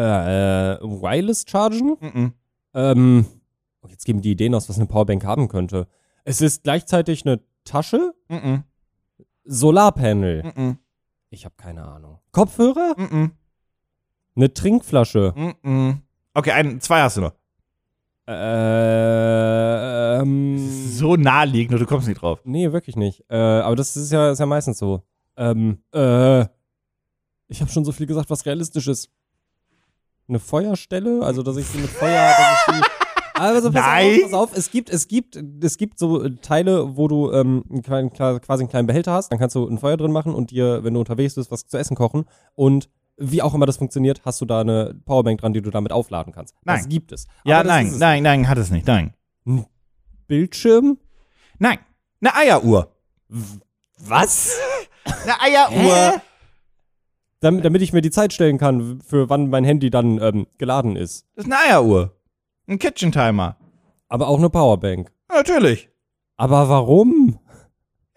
C: äh, Wireless chargen?
B: Mhm.
C: Ähm, oh, jetzt geben die Ideen aus, was eine Powerbank haben könnte. Es ist gleichzeitig eine Tasche,
B: Mhm.
C: Solarpanel.
B: Mhm.
C: Ich habe keine Ahnung. Kopfhörer?
B: Mhm.
C: Eine Trinkflasche.
B: Mhm. Okay, ein, zwei hast du noch.
C: Äh, ähm,
B: So naheliegend, und du kommst nicht drauf.
C: Nee, wirklich nicht. Äh, aber das ist ja, ist ja meistens so. Ähm, äh, ich habe schon so viel gesagt, was realistisch ist. Eine Feuerstelle, also dass ich sie mit Feuer, dass ich die. Also pass
B: Nein.
C: auf, pass auf, es gibt, es gibt, es gibt so äh, Teile, wo du ähm, einen kleinen, kla- quasi einen kleinen Behälter hast, dann kannst du ein Feuer drin machen und dir, wenn du unterwegs bist, was zu essen kochen und wie auch immer das funktioniert, hast du da eine Powerbank dran, die du damit aufladen kannst. Das
B: Nein.
C: gibt es.
B: Ja,
C: Aber das
B: nein,
C: ist es.
B: nein, nein, hat es nicht. Nein.
C: Bildschirm?
B: Nein. Eine Eieruhr.
C: Was?
B: Eine Eieruhr.
C: Damit, damit ich mir die Zeit stellen kann, für wann mein Handy dann ähm, geladen ist.
B: Das ist eine Eieruhr. Ein Kitchen Timer.
C: Aber auch eine Powerbank.
B: Ja, Natürlich.
C: Aber warum?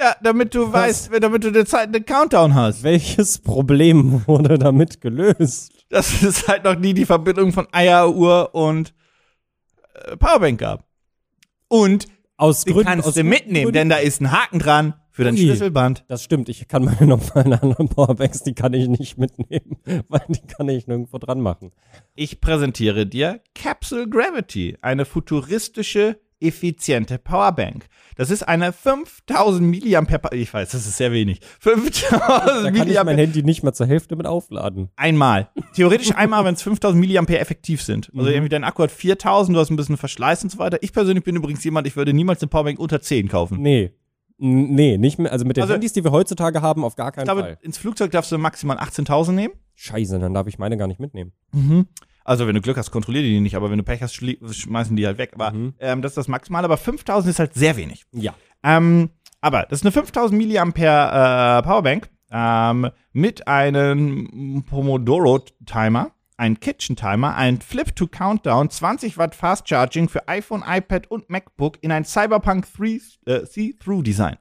B: Ja, damit du weißt, damit du die Zeit einen Countdown hast.
C: Welches Problem wurde damit gelöst?
B: Dass es halt noch nie die Verbindung von Eieruhr und äh, Powerbank gab. Und
C: Aus
B: die
C: Gründen. aus
B: kannst du
C: guten
B: mitnehmen,
C: Gründen-
B: denn da ist ein Haken dran für dein
C: Ui.
B: Schlüsselband.
C: das stimmt, ich kann meine normalen anderen Powerbanks, die kann ich nicht mitnehmen, weil die kann ich nirgendwo dran machen.
B: Ich präsentiere dir Capsule Gravity, eine futuristische, effiziente Powerbank. Das ist eine 5000 Milliampere, ich weiß, das ist sehr wenig. 5000
C: Da kann ich
B: Milliampere
C: mein Handy nicht mal zur Hälfte mit aufladen.
B: Einmal. Theoretisch einmal, wenn es 5000 Milliampere effektiv sind. Also
C: Mhm.
B: irgendwie dein Akku hat 4000, du hast ein bisschen Verschleiß und so weiter. Ich persönlich bin übrigens jemand, ich würde niemals eine Powerbank unter 10 kaufen.
C: Nee. N- Nee, nicht mehr. Also mit den
B: Also-
C: Handys, die wir heutzutage haben, auf gar keinen
B: Ich glaube,
C: Fall.
B: ins Flugzeug darfst du maximal 18.000 nehmen.
C: Scheiße, dann darf ich meine gar nicht mitnehmen.
B: Also wenn du Glück hast, kontrollier die nicht, aber wenn du Pech hast, schlie- schmeißen die halt weg. Aber
C: Mhm.
B: ähm, das ist das Maximal, aber 5000 ist halt sehr wenig.
C: Ja.
B: Ähm, aber das ist eine 5000 Milliampere äh, Powerbank ähm, mit einem Pomodoro-Timer, einem Kitchen-Timer, einem Flip-to-Countdown, 20 Watt Fast Charging für iPhone, iPad und MacBook in ein Cyberpunk 3 äh, See-Through-Design.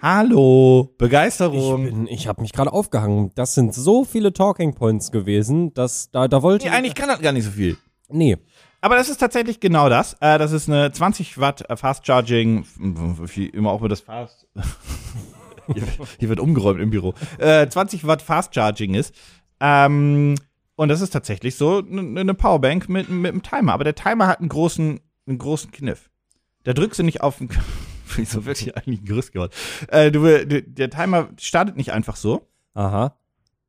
B: Hallo,
C: Ich,
B: Begeisterung.
C: bin- ich habe mich gerade aufgehangen. Das sind so viele Talking Points gewesen, dass da, da wollte
B: Nee, eigentlich kann das gar nicht so viel.
C: Nee.
B: Aber das ist tatsächlich genau das. Äh, das ist eine 20 Watt äh, Fast Charging, wie immer auch über das Fast. hier, wird- hier wird umgeräumt im Büro. Äh, 20 Watt Fast Charging ist. Ähm, und das ist tatsächlich so eine eine Powerbank mit, mit einem Timer. Aber der Timer hat einen großen, einen großen Kniff. Da drückst du nicht auf den. Wieso wird hier eigentlich ein Gerüst geworden? Äh, du, du, der Timer startet nicht einfach so,
C: Aha.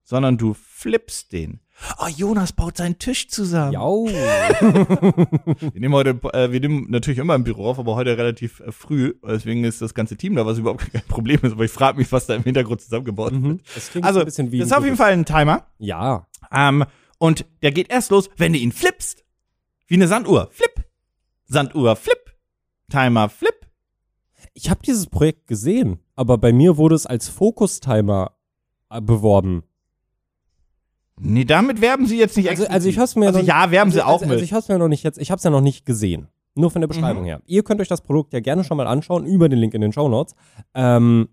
B: sondern du flippst den. Oh, Jonas baut seinen Tisch zusammen.
C: Jau.
B: Wir nehmen heute, äh, wir nehmen natürlich immer im Büro auf, aber heute relativ äh, früh. Deswegen ist das ganze Team da, was überhaupt kein Problem ist. Aber ich frage mich, was da im Hintergrund zusammengebaut wird.
C: Das klingt
B: Also,
C: Mhm. ein bisschen wie.
B: das ist
C: ein
B: auf jeden
C: Gerüst.
B: Fall ein Timer.
C: Ja.
B: Ähm, und der geht erst los, wenn du ihn flippst. Wie eine Sanduhr. Flip. Sanduhr, flip. Timer, flip.
C: Ich habe dieses Projekt gesehen, aber bei mir wurde es als Fokus-Timer äh, beworben.
B: Nee, damit werben sie jetzt nicht
C: Also,
B: explizit.
C: also ich hab's mir
B: Also
C: noch
B: ja, werben sie
C: also,
B: auch
C: also,
B: mit. Mhm.
C: Also ich hab's mir noch nicht jetzt, ich hab's ja noch nicht gesehen. Nur von der Beschreibung her. Ihr könnt euch das Produkt ja gerne schon mal anschauen über den Link in den Show Notes. Ähm,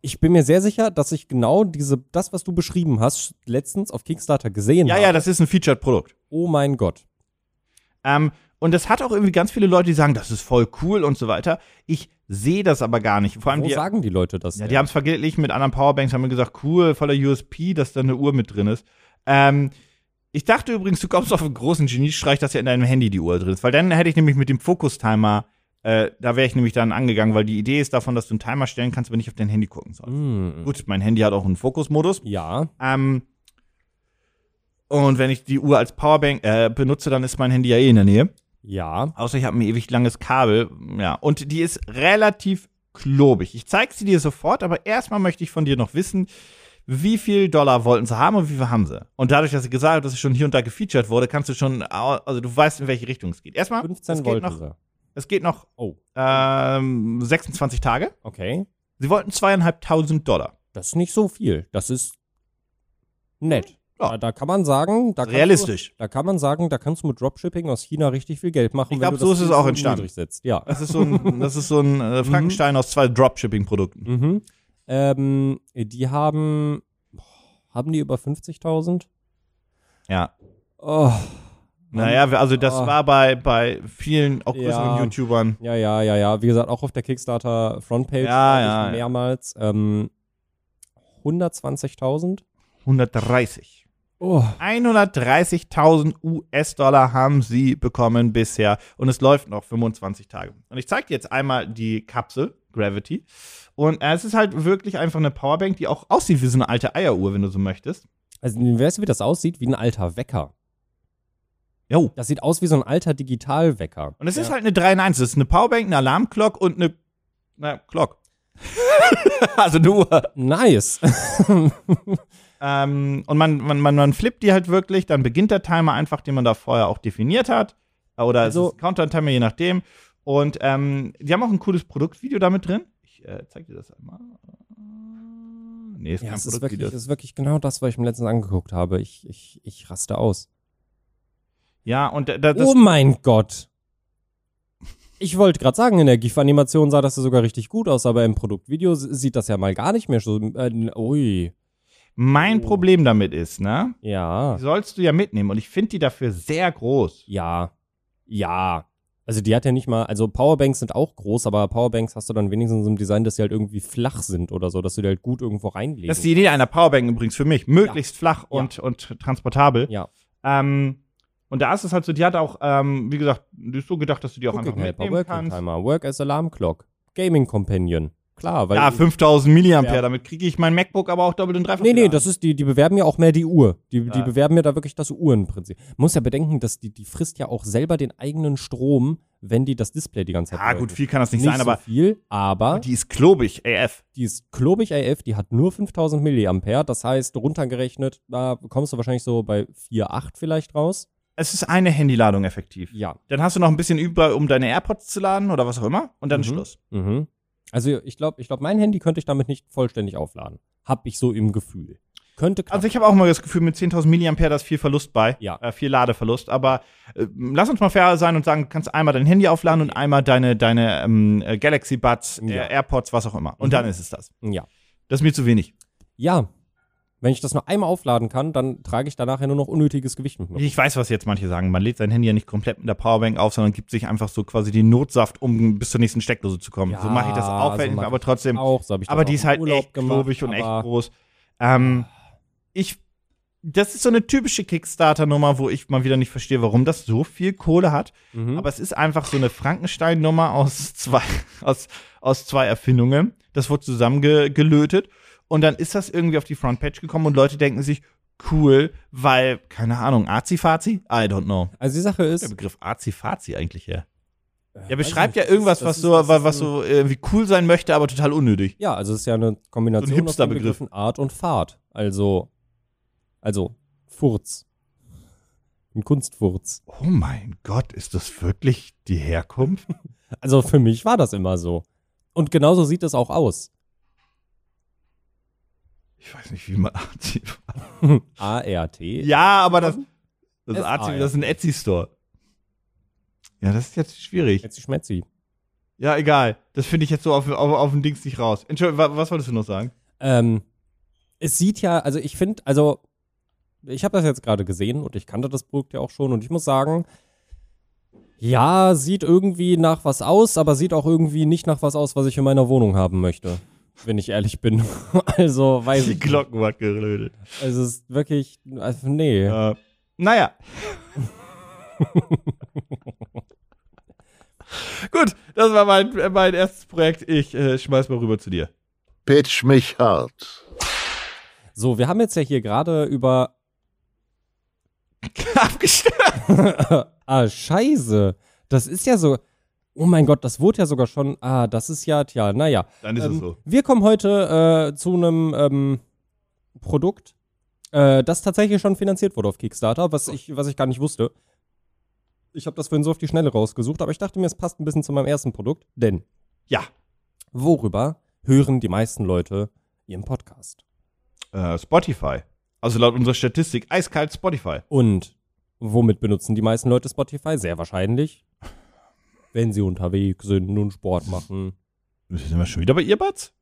C: ich bin mir sehr sicher, dass ich genau diese, das, was du beschrieben hast, letztens auf Kickstarter gesehen
B: ja,
C: habe.
B: ja, das ist ein Featured-Produkt.
C: Oh mein Gott.
B: Ähm, und das hat auch irgendwie ganz viele Leute, die sagen, das ist voll cool und so weiter. Ich sehe das aber gar nicht. Vor allem
C: Wo
B: die,
C: sagen die Leute das?
B: Ja,
C: denn?
B: die haben es verglichen mit anderen Powerbanks, haben mir gesagt, cool, voller USP, dass da eine Uhr mit drin ist. Ähm, ich dachte übrigens, du kommst auf einen großen Geniestreich, dass ja in deinem Handy die Uhr drin ist, weil dann hätte ich nämlich mit dem Fokus-Timer, äh, da wäre ich nämlich dann angegangen, weil die Idee ist davon, dass du einen Timer stellen kannst, aber nicht auf dein Handy gucken sollst.
C: Hm.
B: Gut, mein Handy hat auch einen Fokusmodus.
C: Ja.
B: Ähm, und wenn ich die Uhr als Powerbank äh, benutze, dann ist mein Handy ja eh in der Nähe.
C: Ja.
B: Außer ich habe ein ewig langes Kabel. Ja, und die ist relativ klobig. Ich zeige sie dir sofort, aber erstmal möchte ich von dir noch wissen, wie viel Dollar wollten sie haben und wie viel haben sie. Und dadurch, dass ich gesagt habe, dass es schon hier und da gefeatured wurde, kannst du schon, au- also du weißt, in welche Richtung es geht. Erstmal,
C: 15
B: es
C: Volt.
B: geht noch, es geht noch
C: Oh,
B: ähm, 26 Tage.
C: okay.
B: Sie wollten zweieinhalbtausend Dollar.
C: Das ist nicht so viel. Das ist nett.
B: Ja.
C: Da, da kann man sagen, da kannst
B: Realistisch.
C: Du, da kann man sagen, da kannst du mit Dropshipping aus China richtig viel Geld machen.
B: Ich
C: wenn
B: glaub,
C: du
B: so
C: das
B: ist es
C: Ziel
B: auch
C: so
B: entstanden.
C: niedrig setzt. Ja.
B: Das ist so ein, das ist so ein äh, Frankenstein aus zwei Dropshipping-Produkten.
C: Mhm. Ähm, die haben, boah, haben die über 50.000?
B: Ja.
C: Oh,
B: Naja, wir- also das
C: Ah.
B: war bei, bei vielen, auch größeren
C: Ja.
B: YouTubern.
C: ja, ja, ja, ja. Wie gesagt, auch auf der Kickstarter Frontpage
B: Ja,
C: war ich
B: ja, ja.
C: mehrmals ähm, 120.000.
B: 130.
C: Oh,
B: 130.000 US-Dollar haben sie bekommen bisher und es läuft noch 25 Tage. Und ich zeige dir jetzt einmal die Kapsel Gravity und äh, es ist halt wirklich einfach eine Powerbank, die auch aussieht wie so eine alte Eieruhr, wenn du so möchtest.
C: also weißt du, wie das aussieht? Wie ein alter Wecker.
B: Jo.
C: Das sieht aus wie so ein alter Digitalwecker.
B: Und es ist halt eine 3 in 1, es ist eine Powerbank, eine Alarmglock und eine na, Glock. also eine Uhr.
C: Nice.
B: Ähm, und man, man, man, man flippt die halt wirklich, dann beginnt der Timer einfach, den man da vorher auch definiert hat. Oder es
C: Also-
B: ist ein Counter-Timer, je nachdem. Und ähm, die haben auch ein cooles Produktvideo damit drin. Ich äh, zeig dir das einmal. Nee, ist
C: ja,
B: kein
C: es ist, wirklich,
B: Produktvideo.
C: es ist wirklich genau das, was ich mir letztens angeguckt habe. Ich, ich, ich raste aus.
B: ja, und da, da, das,
C: oh mein Gott. Ich wollte gerade sagen, in der GIF-Animation sah das ja sogar richtig gut aus, aber im Produktvideo s- sieht das ja mal gar nicht mehr so. Äh, ui. Oh.
B: mein Problem damit ist, ne? Die
C: Ja.
B: sollst du ja mitnehmen. Und ich finde die dafür sehr groß.
C: Ja. Ja. Also die hat ja nicht mal, also Powerbanks sind auch groß, aber Powerbanks hast du dann wenigstens im Design, dass sie halt irgendwie flach sind oder so, dass du die halt gut irgendwo reinlegen
B: Das ist die Idee einer Powerbank übrigens für mich. Möglichst flach und, und transportabel.
C: Ja.
B: Ähm, und da ist es halt so, die hat auch, ähm, wie gesagt, die ist so gedacht, dass du die auch einfach mitnehmen
C: Working
B: kannst.
C: Timer, Work as Alarm Clock, Gaming Companion. Klar, weil.
B: Ja, 5000 Milliampere,
C: Ja.
B: damit kriege ich mein MacBook aber auch doppelt und dreifach.
C: Nee, nee,
B: geladen.
C: das ist die, die bewerben ja auch mehr die Uhr. Die, die
B: Ja.
C: bewerben ja da wirklich das Uhrenprinzip. Muss ja bedenken, dass die, die frisst ja auch selber den eigenen Strom, wenn die das Display die ganze Zeit.
B: Ah, gut,
C: läuft.
B: viel kann das nicht,
C: nicht
B: sein,
C: so
B: aber
C: viel, aber die,
B: die ist klobig, AF.
C: ist klobig AF, die hat nur 5000 Milliampere, das heißt, runtergerechnet, da kommst du wahrscheinlich so bei 4,8 vielleicht raus.
B: Es ist eine Handyladung effektiv.
C: Ja.
B: Dann hast du noch ein bisschen über, um deine AirPods zu laden oder was auch immer und dann
C: Mhm.
B: Schluss.
C: Mhm. Also ich glaube, ich glaub, mein Handy könnte ich damit nicht vollständig aufladen. Hab ich so im Gefühl. Könnte knapp
B: Also ich habe auch mal das Gefühl, mit 10.000 Milliampere da ist viel Verlust bei,
C: Ja.
B: äh, viel Ladeverlust, aber äh, lass uns mal fair sein und sagen, du kannst einmal dein Handy aufladen und einmal deine, deine ähm, äh, Galaxy Buds,
C: Ja.
B: äh, AirPods, was auch immer. Und
C: Mhm.
B: dann ist es das.
C: Ja.
B: Das ist mir zu wenig.
C: Ja. Wenn ich das nur einmal aufladen kann, dann trage ich danach ja nur noch unnötiges Gewicht mit mir.
B: Ich weiß, was jetzt manche sagen. Man lädt sein Handy ja nicht komplett mit der Powerbank auf, sondern gibt sich einfach so quasi den Notsaft, um bis zur nächsten Steckdose zu kommen.
C: Ja,
B: so mache ich das
C: so
B: auch, wenn ich-
C: mach
B: aber
C: ich
B: trotzdem.
C: Auch, so habe ich das
B: aber
C: auch
B: die ist
C: im
B: halt
C: Urlaub
B: echt klobig und echt
C: aber-
B: groß. Ähm, ich, das ist so eine typische Kickstarter-Nummer, wo ich mal wieder nicht verstehe, warum das so viel Kohle hat.
C: Mhm.
B: Aber es ist einfach so eine Frankenstein-Nummer aus zwei, aus, aus zwei Erfindungen. Das wurde zusammengelötet. Und dann ist das irgendwie auf die Frontpage gekommen und Leute denken sich, cool, weil, keine Ahnung, Azi-Fazi? I don't know.
C: also die Sache
B: Wo ist
C: ist, äh,
B: der Begriff Azi-Fazi eigentlich her?
C: weiß
B: Er beschreibt
C: nicht,
B: ja
C: das ist-
B: irgendwas,
C: das
B: was
C: ist-
B: so,
C: das ist
B: was
C: so ein-
B: so irgendwie cool sein möchte, aber total unnötig.
C: ja, also es ist ja eine Kombination aus den
B: Hipsterbegriff.
C: Begriffen Art und Fahrt. Also, also Furz, ein Kunstfurz.
B: Oh mein Gott, ist das wirklich die Herkunft?
C: Also für mich war das immer so. Und genauso sieht das auch aus.
B: Ich weiß nicht, wie man Azi.
C: A R T.
B: Ja, aber das. Das
C: F-
B: Azi,
C: Mhm. ah,
B: das ist ein Etsy-Store. Ja, das ist jetzt schwierig.
C: Jetzt die Schmetzi.
B: Ja, egal. Das finde ich jetzt so auf, auf, auf dem Dings nicht raus. Entschuldigung, wa was wolltest du noch sagen?
C: Ähm, es sieht ja, also ich finde, also ich habe das jetzt gerade gesehen und ich kannte das Produkt ja auch schon und ich muss sagen, ja, sieht irgendwie nach was aus, aber sieht auch irgendwie nicht nach was aus, was ich in meiner Wohnung haben möchte, wenn ich ehrlich bin. also weiß
B: Die
C: ich.
B: Glocken war gerödelt.
C: nicht. Also es ist wirklich, also, nee.
B: Äh, naja. Gut, das war mein, äh, mein erstes Projekt. Ich äh, schmeiß mal rüber zu dir.
A: Pitch mich hart.
C: So, wir haben jetzt ja hier gerade über,
B: Abgestört.
C: ah Scheiße, das ist ja so. Oh mein Gott, das wurde ja sogar schon. Ah, das ist ja, tja, naja.
B: Dann ist
C: ähm,
B: es so.
C: Wir kommen heute äh, zu einem ähm, Produkt, äh, das tatsächlich schon finanziert wurde auf Kickstarter, was ich, was ich gar nicht wusste. Ich habe das vorhin so auf die Schnelle rausgesucht, aber ich dachte mir, es passt ein bisschen zu meinem ersten Produkt, denn
B: Ja.
C: worüber hören die meisten Leute ihren Podcast?
B: Äh, Spotify. Also laut unserer Statistik eiskalt Spotify.
C: Und womit benutzen die meisten Leute Spotify? Sehr wahrscheinlich, wenn sie unterwegs sind und Sport machen.
B: Sind wir schon wieder bei Earbuds?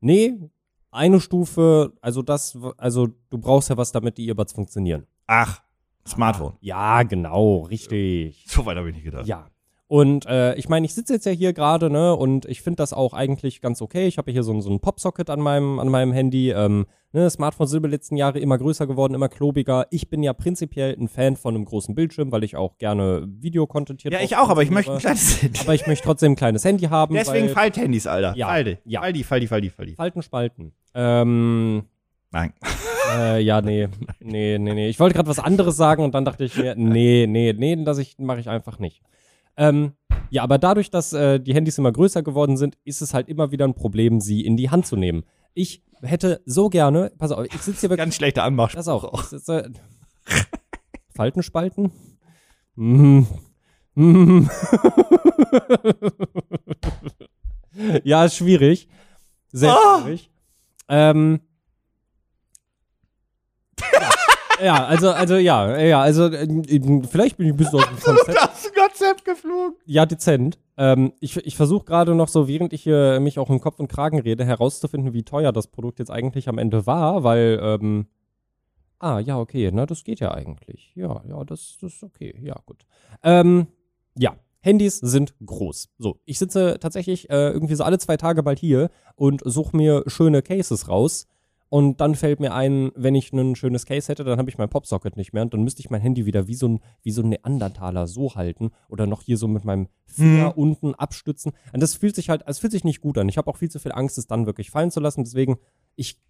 C: Nee, eine Stufe, also das, also du brauchst ja was, damit die Earbuds funktionieren.
B: Ach, Smartphone.
C: Ja, genau, richtig.
B: So weit habe ich nicht gedacht.
C: Ja. Und äh, ich meine, ich sitze jetzt ja hier gerade, ne, und ich finde das auch eigentlich ganz okay. Ich habe ja hier so, ein- so ein Popsocket an meinem, an meinem Handy. Ähm, ne, Smartphones sind über die letzten Jahre immer größer geworden, immer klobiger. Ich bin ja prinzipiell ein Fan von einem großen Bildschirm, weil ich auch gerne Videocontent hier
B: Ja,
C: drauf
B: ich auch, aber ich möchte ein
C: konsumiere.
B: kleines Handy.
C: Aber ich möchte trotzdem ein kleines Handy haben.
B: Deswegen
C: weil
B: Falthandys, Alter.
C: Ja.
B: Faldi.
C: Ja.
B: Faldi, Faldi, Faldi, Faldi.
C: Falten, Spalten. Ähm,
B: Nein.
C: Äh, ja, nee. Nee, nee, nee. Ich wollte gerade was anderes sagen und dann dachte ich mir, nee, nee, nee, das ich, mache ich einfach nicht. Ähm, ja, aber dadurch, dass äh, die Handys immer größer geworden sind, ist es halt immer wieder ein Problem, sie in die Hand zu nehmen. Ich hätte so gerne, pass auf, ich sitze hier wirklich.
B: Ganz schlechter Anmach.
C: Das auch. Ich sitze, Falten spalten? Mhm. Mhm. ja, ist schwierig. Sehr schwierig. Ähm. Ja, ja, also, also, ja, ja, also, äh, eben, vielleicht bin ich ein bisschen aus dem Konzept
B: Das ist ein Konzept geflogen.
C: ja, dezent. Ähm, ich ich versuche gerade noch so, während ich hier mich auch im Kopf und Kragen rede, herauszufinden, wie teuer das Produkt jetzt eigentlich am Ende war, weil, ähm, ah, ja, okay, na, das geht ja eigentlich. Ja, ja, das, das ist okay. Ja, gut. Ähm, ja, Handys sind groß. So, ich sitze tatsächlich äh, irgendwie so alle zwei Tage bald hier und suche mir schöne Cases raus. Und dann fällt mir ein, wenn ich ein schönes Case hätte, dann habe ich mein Popsocket nicht mehr und dann müsste ich mein Handy wieder wie so ein, wie so ein Neandertaler so halten oder noch hier so mit meinem Finger unten abstützen. Und das fühlt sich halt, es fühlt sich nicht gut an. Ich habe auch viel zu viel Angst, es dann wirklich fallen zu lassen. Deswegen, ich,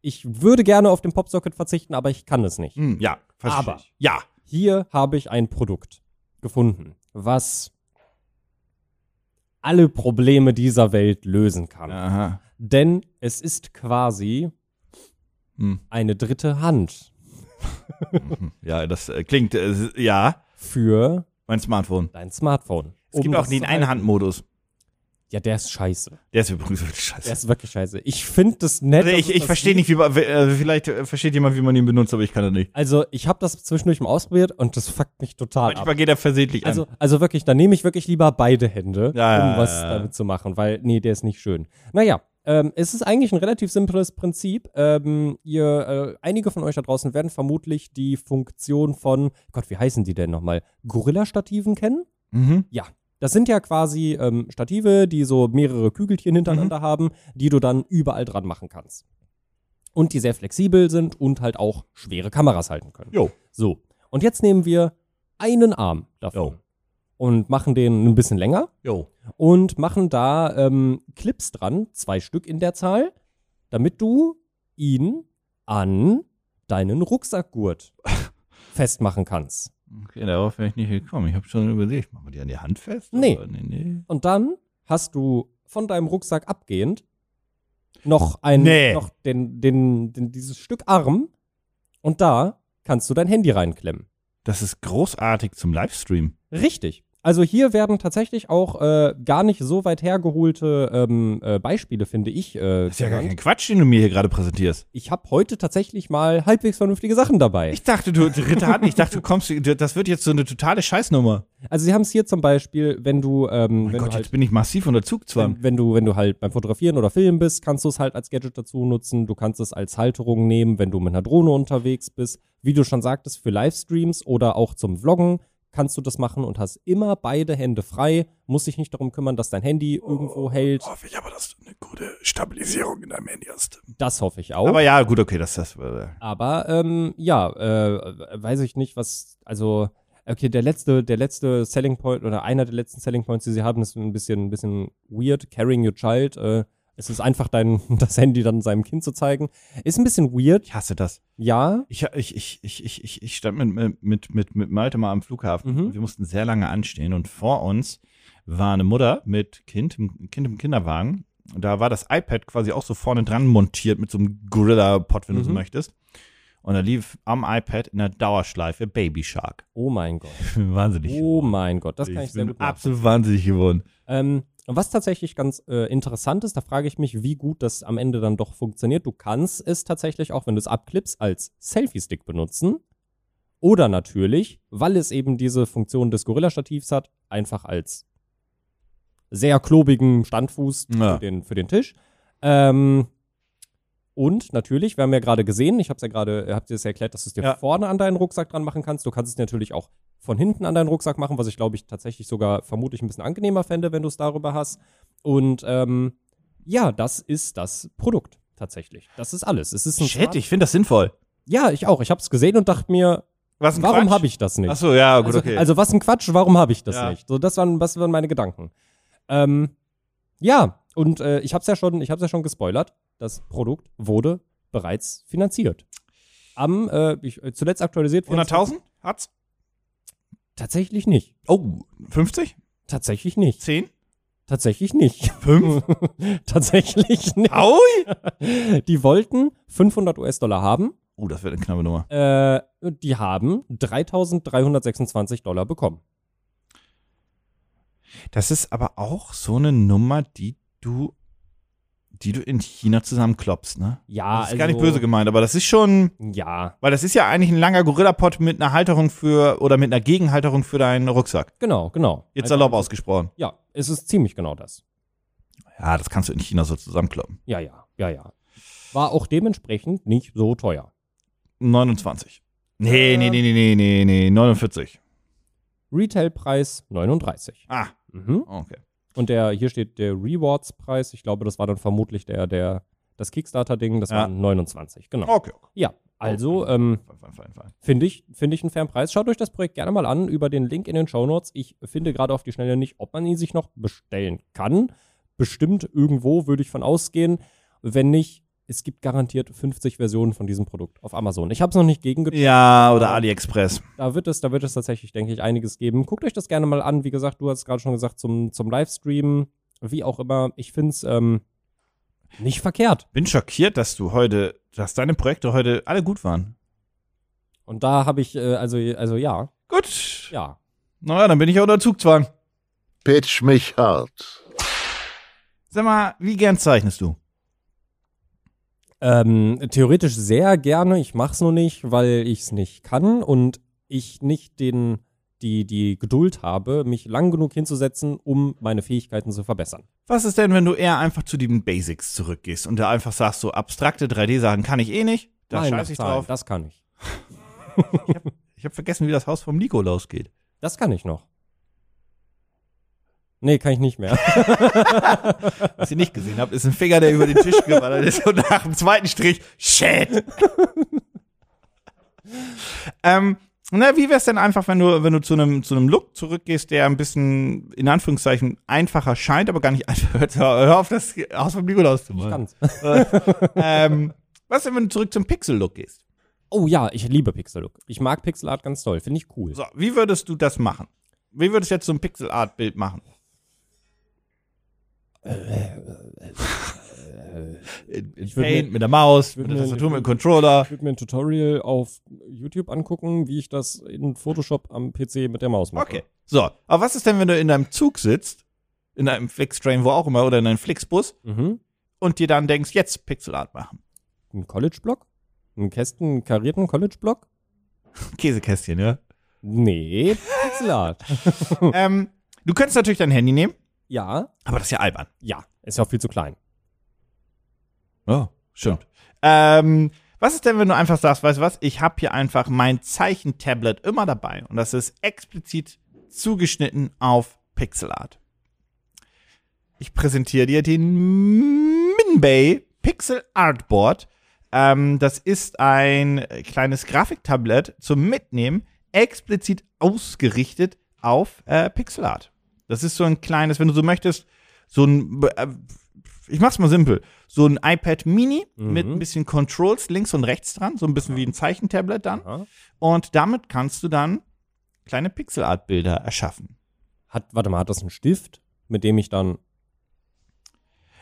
C: ich würde gerne auf den Popsocket verzichten, aber ich kann es nicht.
B: Hm, ja, verstehe
C: Aber-
B: ich. Ja.
C: Hier habe ich ein Produkt gefunden, was alle Probleme dieser Welt lösen kann.
B: Aha.
C: Denn es ist quasi
B: Hm.
C: eine dritte Hand
B: Ja, das äh, klingt, äh, s- ja,
C: für
B: mein Smartphone.
C: dein Smartphone.
B: Es gibt
C: Um
B: auch
C: das
B: den
C: zu halten.
B: Einhandmodus.
C: Ja, der ist scheiße.
B: Der ist übrigens wirklich scheiße.
C: Der ist wirklich scheiße. Ich finde das nett.
B: also
C: dass
B: ich
C: es
B: ich
C: das
B: verstehe nicht,
C: gibt.
B: wie man, äh, vielleicht äh, versteht jemand, wie man ihn benutzt, aber ich kann das nicht.
C: Also, ich habe das zwischendurch mal ausprobiert und das fuckt mich total Halt ab.
B: Manchmal geht er versehentlich
C: Also, also wirklich, da nehme ich wirklich lieber beide Hände,
B: Ja, ja,
C: um was
B: ja, ja.
C: damit zu machen, weil, nee, der ist nicht schön. Naja, ähm, es ist eigentlich ein relativ simples Prinzip. Ähm, ihr, äh, einige von euch da draußen werden vermutlich die Funktion von, Gott, wie heißen die denn nochmal? Gorilla-Stativen kennen?
B: an. Mhm.
C: Das sind ja quasi ähm, Stative, die so mehrere Kügelchen
B: Mhm.
C: hintereinander haben, die du dann überall dran machen kannst. Und die sehr flexibel sind und halt auch schwere Kameras halten können.
B: Jo.
C: So. Und jetzt nehmen wir einen Arm davon
B: Jo.
C: und machen den ein bisschen länger
B: Jo.
C: und machen da ähm, Clips dran, zwei Stück in der Zahl, damit du ihn an deinen Rucksackgurt festmachen kannst.
B: Okay, darauf wäre ich nicht gekommen. Ich habe schon überlegt, machen wir die an die Hand fest?
C: Nee.
B: Aber Nee, nee.
C: Und dann hast du von deinem Rucksack abgehend noch ein
B: Nee.
C: noch den, den, den, dieses Stück Arm und da kannst du dein Handy reinklemmen.
B: Das ist großartig zum Livestream.
C: Richtig. Also hier werden tatsächlich auch äh, gar nicht so weit hergeholte ähm, äh, Beispiele, finde ich. Äh,
B: Das ist ja gar
C: genannt.
B: kein Quatsch, den du mir hier gerade präsentierst.
C: ich habe heute tatsächlich mal halbwegs vernünftige Sachen dabei.
B: Ich dachte, du dritte Hand, ich dachte, du kommst, das wird jetzt so eine totale Scheißnummer.
C: also sie haben es hier zum Beispiel, wenn du, ähm,
B: Mein
C: wenn,
B: Oh Gott,
C: du halt,
B: jetzt bin ich massiv unter Zugzwang.
C: wenn, wenn du, wenn du halt beim Fotografieren oder Filmen bist, kannst du es halt als Gadget dazu nutzen. Du kannst es als Halterung nehmen, wenn du mit einer Drohne unterwegs bist. Wie du schon sagtest, für Livestreams oder auch zum Vloggen kannst du das machen und hast immer beide Hände frei. Musst dich nicht darum kümmern, dass dein Handy irgendwo hält.
B: Hoffe ich aber, dass du eine gute Stabilisierung in deinem Handy hast.
C: Das hoffe ich auch.
B: Oh. Aber ja, gut, okay, das das. Äh,
C: Aber ähm, ja, äh, weiß ich nicht, was, also, okay, der letzte, der letzte Selling Point oder einer der letzten Selling Points, die sie haben, ist ein bisschen, ein bisschen weird, carrying your child. Äh, es ist einfach, dein, das Handy dann seinem Kind zu zeigen. Ist ein bisschen weird,
B: ich hasse das.
C: ja.
B: Ich, ich, ich, ich, ich, ich, ich stand mit, mit, mit, mit Malte mal am Flughafen.
C: Mhm.
B: und Wir mussten sehr lange anstehen und vor uns war eine Mutter mit Kind, im- Kind im Kinderwagen da war das iPad quasi auch so vorne dran montiert mit so einem Gorilla-Pod, wenn du so
C: Mhm.
B: möchtest. Und da lief am iPad in der Dauerschleife Baby Shark.
C: Oh mein Gott.
B: Ich bin wahnsinnig
C: Oh mein Gott, das kann ich,
B: ich
C: sehr
B: bin
C: gut ab.
B: absolut wahnsinnig geworden.
C: Ähm, und was tatsächlich ganz äh, interessant ist, da frage ich mich, wie gut das am Ende dann doch funktioniert. Du kannst es tatsächlich, auch wenn du es abklippst, als Selfie-Stick benutzen. Oder natürlich, weil es eben diese Funktion des Gorilla-Stativs hat, einfach als sehr klobigen Standfuß
B: Ja.
C: für, den, für den Tisch. Ähm, und natürlich, wir haben ja gerade gesehen, ich habe es ja gerade, habt ihr es ja erklärt, dass du es dir
B: Ja.
C: vorne an deinen Rucksack dran machen kannst. Du kannst es natürlich auch von hinten an deinen Rucksack machen, was ich glaube ich tatsächlich sogar vermutlich ein bisschen angenehmer fände, wenn du es darüber hast. Und ähm, ja, das ist das Produkt tatsächlich. Das ist alles. Es ist ein
B: Shit,
C: Smart-
B: ich finde das sinnvoll.
C: Ja, ich auch. Ich habe es gesehen und dachte mir,
B: Was
C: warum habe ich das nicht?
B: Ach so, ja, gut,
C: also,
B: okay.
C: also was ein Quatsch, warum habe ich das
B: Ja.
C: nicht? So, das waren, das waren meine Gedanken. Ähm, ja, und äh, ich habe es ja schon, ich habe ja schon gespoilert. Das Produkt wurde bereits finanziert. Am äh, ich, äh, zuletzt aktualisiert.
B: 100.000 hat's?
C: Tatsächlich nicht.
B: Oh, 50?
C: Tatsächlich nicht.
B: 10?
C: Tatsächlich nicht.
B: 5?
C: Tatsächlich nicht.
B: Aui!
C: Die wollten 500 US-Dollar haben.
B: Oh, das wird eine knappe Nummer.
C: Äh, die haben 3.326 Dollar bekommen.
B: Das ist aber auch so eine Nummer, die du, die du in China zusammenklopst, ne?
C: Ja,
B: das ist
C: also,
B: gar nicht böse gemeint, aber das ist schon,
C: Ja,
B: weil das ist ja eigentlich ein langer Gorillapod mit einer Halterung für oder mit einer Gegenhalterung für deinen Rucksack.
C: genau, genau.
B: Jetzt
C: Also-
B: salopp ausgesprochen.
C: Ja, es ist ziemlich genau das.
B: Ja, das kannst du in China so zusammenkloppen.
C: Ja, ja, ja, ja. War auch dementsprechend nicht so teuer.
B: 29. Nee, nee, nee, nee, nee, nee, nee, 49.
C: Retailpreis 39.
B: Ah,
C: Mhm.
B: okay.
C: Und der, hier steht der Rewards-Preis. Ich glaube, das war dann vermutlich der, der, das Kickstarter-Ding, das
B: Ja. Oh.
C: waren 29, genau.
B: Okay.
C: Ja, also, ähm,
B: Fein, fein, fein, fein.
C: Finde ich, finde ich einen fairen Preis. Schaut euch das Projekt gerne mal an über den Link in den Shownotes. Ich finde gerade auf die Schnelle nicht, ob man ihn sich noch bestellen kann. Bestimmt irgendwo würde ich von ausgehen. Wenn nicht, es gibt garantiert 50 Versionen von diesem Produkt auf Amazon. Ich habe es noch nicht gegengecheckt.
B: Ja, oder AliExpress.
C: Da wird es, da wird es tatsächlich, denke ich, einiges geben. Guckt euch das gerne mal an. Wie gesagt, du hast gerade schon gesagt, zum, zum Livestream, wie auch immer. Ich finde es ähm, nicht verkehrt.
B: Bin schockiert, dass du heute, dass deine Projekte heute alle gut waren.
C: Und da habe ich, äh, also, also ja,
B: Gut. Ja.
C: ja.
B: Naja, dann bin ich ja unter Zugzwang.
A: Pitch mich hart.
B: Sag mal, wie gern zeichnest du?
C: Ähm, theoretisch sehr gerne. Ich mach's nur nicht, weil ich's nicht kann und ich nicht den, die, die Geduld habe, mich lang genug hinzusetzen, um meine Fähigkeiten zu verbessern.
B: Was ist denn, wenn du eher einfach zu den Basics zurückgehst und da einfach sagst, so abstrakte 3D-Sachen kann ich eh nicht? Da
C: Nein,
B: scheiß ich
C: das-
B: drauf.
C: Das kann ich.
B: Ich habe vergessen, wie das Haus vom Nikolaus geht.
C: Das kann ich noch. Nee, kann ich nicht mehr.
B: Was ihr nicht gesehen habt, ist ein Finger, der über den Tisch geballert ist und nach dem zweiten Strich, shit. ähm, na, wie wär's denn einfach, wenn du, wenn du zu einem zu einem Look zurückgehst, der ein bisschen, in Anführungszeichen, einfacher scheint, aber gar nicht einfach. Hör, hör auf, das Haus vom Nikolaus zu machen.
C: Ganz.
B: ähm, was denn, wenn du zurück zum Pixel-Look gehst?
C: Oh ja, ich liebe Pixel-Look. Ich mag Pixel-Art ganz toll. Finde ich cool.
B: So, wie würdest du das machen? Wie würdest du jetzt so ein Pixel-Art-Bild machen?
C: ich würd Paint, mir-
B: mit der Maus,
C: würd mit der mir- Tastatur, mit dem
B: Controller.
C: Ich würde mir ein Tutorial auf YouTube angucken, wie ich das in Photoshop am PC mit der Maus mache.
B: Okay. So, aber was ist denn, wenn du in deinem Zug sitzt, in einem Flixtrain, wo auch immer, oder in einem Flixbus
C: Mhm.
B: und dir dann denkst, jetzt Pixelart machen?
C: Ein College-Block? Ein Kästen, einen karierten College-Block?
B: Käsekästchen, ja.
C: Nee, Pixelart.
B: ähm, du könntest natürlich dein Handy nehmen,
C: ja,
B: aber das ist ja albern.
C: ja. Ist ja auch viel zu klein.
B: Oh, stimmt. Ähm, was ist denn, wenn du einfach sagst, weißt du was, ich habe hier einfach mein Zeichentablet immer dabei und das ist explizit zugeschnitten auf Pixelart. Ich präsentiere dir den Minbay Pixel Artboard. Ähm, das ist ein kleines Grafiktablett zum Mitnehmen, explizit ausgerichtet auf äh, Pixelart. Das ist so ein kleines, wenn du so möchtest, so ein, äh, ich mach's mal simpel, so ein iPad Mini mit ein bisschen Controls links und rechts dran, so ein bisschen wie ein Zeichentablet dann.
C: Aha.
B: Und damit kannst du dann kleine Pixelart-Bilder erschaffen.
C: Hat, warte mal, hat das einen Stift, mit dem ich dann.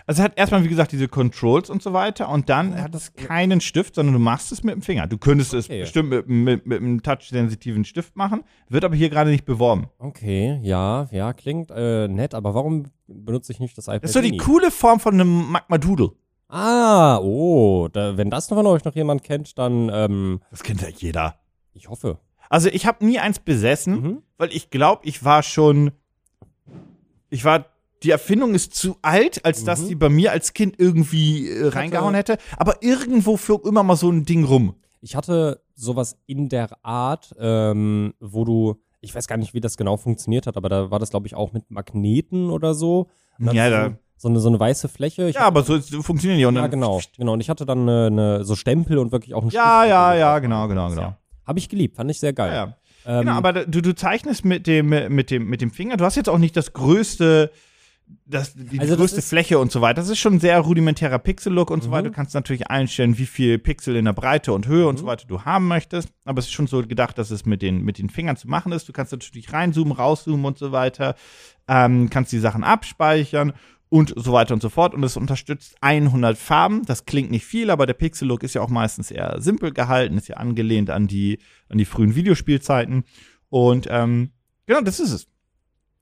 B: Also es hat erstmal, wie gesagt, diese Controls und so weiter und dann hat es keinen Stift, sondern du machst es mit dem Finger. Du könntest es
C: Okay.
B: bestimmt mit, mit, mit einem touch-sensitiven Stift machen, wird aber hier gerade nicht beworben.
C: Okay, ja, ja, klingt äh, nett, aber warum benutze ich nicht das iPad
B: Das ist so die
C: Mini?
B: coole Form von einem Magma-Doodle.
C: Ah, oh, da, wenn das von euch noch jemand kennt, dann, ähm,
B: Das kennt ja jeder.
C: ich hoffe.
B: Also ich habe nie eins besessen,
C: Mhm.
B: weil ich glaube, ich war schon. Ich war. Die Erfindung ist zu alt, als dass
C: Mhm.
B: sie bei mir als Kind irgendwie äh, reingehauen hätte. Aber irgendwo flog immer mal so ein Ding rum.
C: Ich hatte sowas in der Art, ähm, wo du, ich weiß gar nicht, wie das genau funktioniert hat, aber da war das, glaube ich, auch mit Magneten oder so. Und dann
B: Ja,
C: so,
B: da-
C: so, eine, so eine weiße Fläche. Ich
B: Ja, aber so so funktionieren die. Und
C: ja,
B: dann,
C: genau, genau. Und ich hatte dann eine, eine, so Stempel und wirklich auch einen
B: Ja,
C: Stift.
B: ja, ja, genau, genau, genau.
C: Ja. Habe ich geliebt, fand ich sehr geil.
B: Ja, ja.
C: Ähm,
B: genau, aber da- du, du zeichnest mit dem, mit, dem, mit dem Finger. Du hast jetzt auch nicht das größte, das, die
C: Also das
B: größte
C: ist-
B: Fläche und so weiter. Das ist schon ein sehr rudimentärer Pixel-Look und so
C: Mhm. Mhm.
B: weiter. Du kannst natürlich einstellen, wie viel Pixel in der Breite und Höhe und so weiter du haben möchtest. Aber es ist schon so gedacht, dass es mit den, mit den Fingern zu machen ist. Du kannst natürlich reinzoomen, rauszoomen und so weiter. Ähm, kannst die Sachen abspeichern. Und so weiter und so fort. Und es unterstützt 100 Farben. Das klingt nicht viel, aber der Pixel-Look ist ja auch meistens eher simpel gehalten, ist ja angelehnt an die, an die frühen Videospielzeiten. Und ähm, genau, das ist es.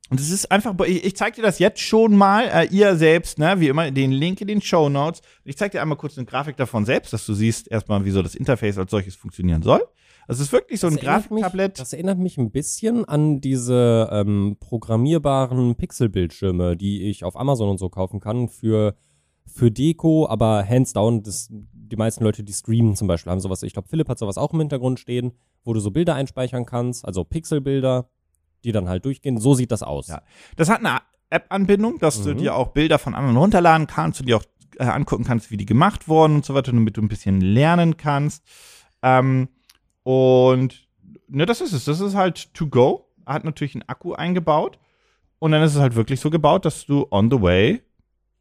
B: Und es ist einfach, ich, ich zeige dir das jetzt schon mal, äh, ihr selbst, ne, wie immer, den Link in den Show Notes. Ich zeige dir einmal kurz eine Grafik davon selbst, dass du siehst erstmal, wie so das Interface als solches funktionieren soll. Also Es ist wirklich so ein
C: das erinnert Mich,
B: Grafiktablett.
C: das erinnert mich ein bisschen an diese ähm, programmierbaren Pixelbildschirme, die ich auf Amazon und so kaufen kann für, für Deko, aber hands down, das, die meisten Leute, die streamen zum Beispiel, haben sowas. Ich glaube, Philipp hat sowas auch im Hintergrund stehen, wo du so Bilder einspeichern kannst, also Pixelbilder, die dann halt durchgehen. So sieht das aus.
B: Ja. Das hat eine App-Anbindung, dass du
C: Mhm.
B: dir auch Bilder von anderen runterladen kannst und dir auch äh, angucken kannst, wie die gemacht wurden und so weiter, damit du ein bisschen lernen kannst. Ähm, und ne, das ist es. Das ist halt to go. Hat natürlich einen Akku eingebaut. Und dann ist es halt wirklich so gebaut, dass du on the way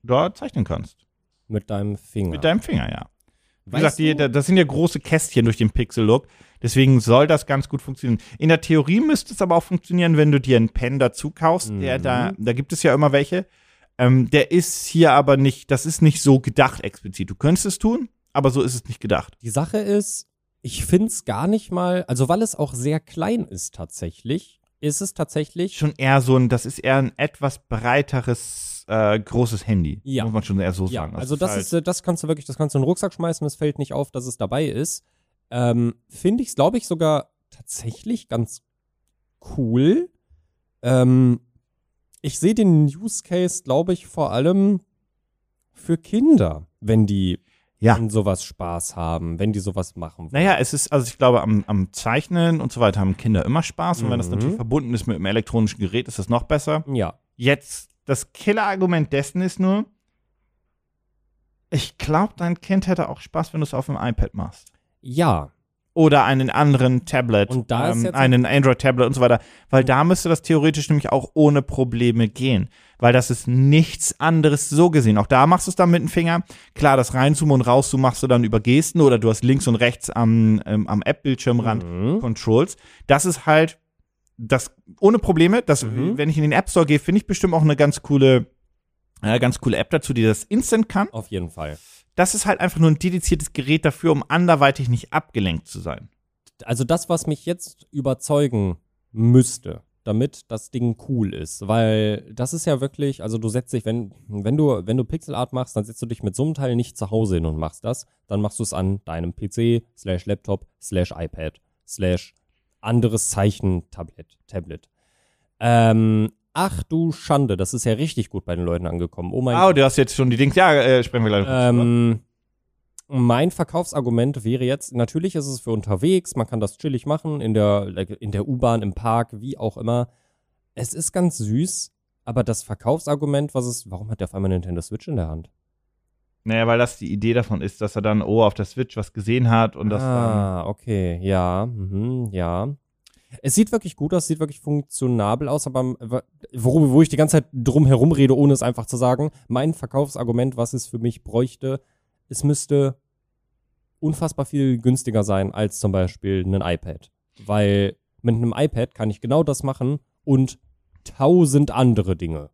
B: da zeichnen kannst.
C: Mit deinem Finger.
B: Mit deinem Finger, ja. Wie
C: Weißt
B: gesagt, die,
C: du-
B: da- das sind ja große Kästchen durch den Pixel-Look. Deswegen soll das ganz gut funktionieren. In der Theorie müsste es aber auch funktionieren, wenn du dir einen Pen dazu kaufst. Der
C: Mhm.
B: da, da gibt es ja immer welche. Ähm, der ist hier aber nicht, das ist nicht so gedacht explizit. Du könntest es tun, aber so ist es nicht gedacht.
C: Die Sache ist, ich finde es gar nicht mal, also weil es auch sehr klein ist tatsächlich, ist es tatsächlich
B: Schon eher so ein, das ist eher ein etwas breiteres, äh, großes Handy.
C: Ja.
B: Muss man schon eher so
C: Ja,
B: sagen. halt
C: also das ist, äh, das kannst du wirklich, das kannst du in den Rucksack schmeißen, es fällt nicht auf, dass es dabei ist. Ähm, Finde ich es, glaube ich, sogar tatsächlich ganz cool. Ähm, ich sehe den Use Case, glaube ich, vor allem für Kinder, wenn die
B: Ja.
C: an sowas Spaß haben, wenn die sowas machen. wollen.
B: Naja, es ist, also ich glaube, am, am Zeichnen und so weiter haben Kinder immer Spaß. Und wenn das
C: Mhm.
B: natürlich verbunden ist mit einem elektronischen Gerät, ist das noch besser.
C: Ja.
B: Jetzt, das Killer-Argument dessen ist nur, ich glaube, dein Kind hätte auch Spaß, wenn du es auf dem iPad machst.
C: Ja.
B: Oder einen anderen Tablet, ähm,
C: Und da ist jetzt-
B: einen Android-Tablet und so weiter. Weil da müsste das theoretisch nämlich auch ohne Probleme gehen. Weil das ist nichts anderes so gesehen. Auch da machst du es dann mit dem Finger. Klar, das Reinzoomen und Rauszoomen machst du dann über Gesten oder du hast links und rechts am, ähm, am App-Bildschirmrand
C: Mhm.
B: Controls. Das ist halt das ohne Probleme, das,
C: Mhm.
B: wenn ich in den App Store gehe, finde ich bestimmt auch eine ganz coole, äh, ganz coole App dazu, die das instant kann.
C: Auf jeden Fall.
B: Das ist halt einfach nur ein dediziertes Gerät dafür, um anderweitig nicht abgelenkt zu sein.
C: also das, was mich jetzt überzeugen müsste, damit das Ding cool ist, weil das ist ja wirklich, also du setzt dich, wenn, wenn du, wenn du Pixelart machst, dann setzt du dich mit so einem Teil nicht zu Hause hin und machst das, dann machst du es an deinem PC, slash Laptop, slash iPad, slash anderes Zeichen, Tablet, Tablet. Ähm, ach du Schande, das ist ja richtig gut bei den Leuten angekommen. Oh mein
B: Ah, du hast jetzt schon die Dings. Ja, äh, sprechen wir gleich. noch drüber.
C: ähm, mein Verkaufsargument wäre jetzt, natürlich ist es für unterwegs, man kann das chillig machen, in der, in der U-Bahn, im Park, wie auch immer. Es ist ganz süß, aber das Verkaufsargument, was ist, warum hat der auf einmal eine Nintendo Switch in der Hand?
B: Naja, weil das die Idee davon ist, dass er dann, oh, auf der Switch was gesehen hat und das dann.
C: ah, okay, ja, mhm, ja. Es sieht wirklich gut aus, sieht wirklich funktionabel aus, aber w- worüber, wo ich die ganze Zeit drum herum rede, ohne es einfach zu sagen, mein Verkaufsargument, was es für mich bräuchte, es müsste unfassbar viel günstiger sein als zum Beispiel ein iPad. Weil mit einem iPad kann ich genau das machen und tausend andere Dinge.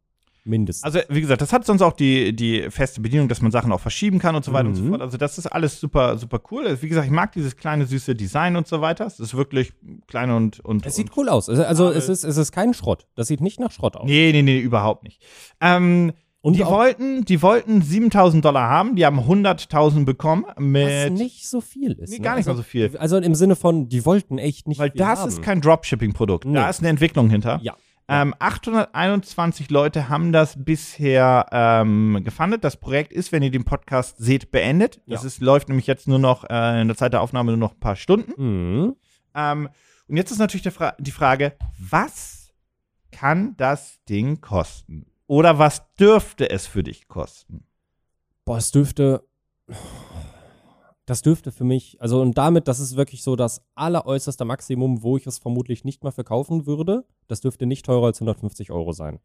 C: Mindestens.
B: Also, wie gesagt, das hat sonst auch die, die feste Bedienung, dass man Sachen auch verschieben kann und so weiter und so
C: Mhm.
B: fort. Also, das ist alles super, super cool. Also, wie gesagt, ich mag dieses kleine, süße Design und so weiter. Es ist wirklich klein und. und
C: es
B: und
C: sieht cool aus. Also, also
B: Aber-
C: es, ist, es ist kein Schrott. Das sieht nicht nach Schrott aus.
B: Nee, nee, nee, überhaupt nicht. Ähm,
C: Und
B: die,
C: auch-
B: wollten, die wollten 7000 Dollar haben, die haben 100.000 bekommen.
C: was
B: Mit,
C: nicht so viel ist.
B: Nee,
C: ne?
B: gar nicht
C: also,
B: mal so viel.
C: Also im Sinne von, die wollten echt nicht
B: Weil
C: viel
B: das
C: haben.
B: ist kein Dropshipping-Produkt. Da
C: Nee.
B: ist eine Entwicklung hinter.
C: Ja.
B: Ähm, 821 Leute haben das bisher ähm, gefundet. Das Projekt ist, wenn ihr den Podcast seht, beendet. Das
C: Ja.
B: ist, läuft nämlich jetzt nur noch äh, in der Zeit der Aufnahme nur noch ein paar Stunden.
C: Mhm.
B: Ähm, und jetzt ist natürlich der Fra die Frage, was kann das Ding kosten? Oder was dürfte es für dich kosten?
C: Boah, es dürfte. Das dürfte für mich, also und damit, das ist wirklich so das alleräußerste Maximum, wo ich es vermutlich nicht mal verkaufen würde. Das dürfte nicht teurer als 150 Euro sein.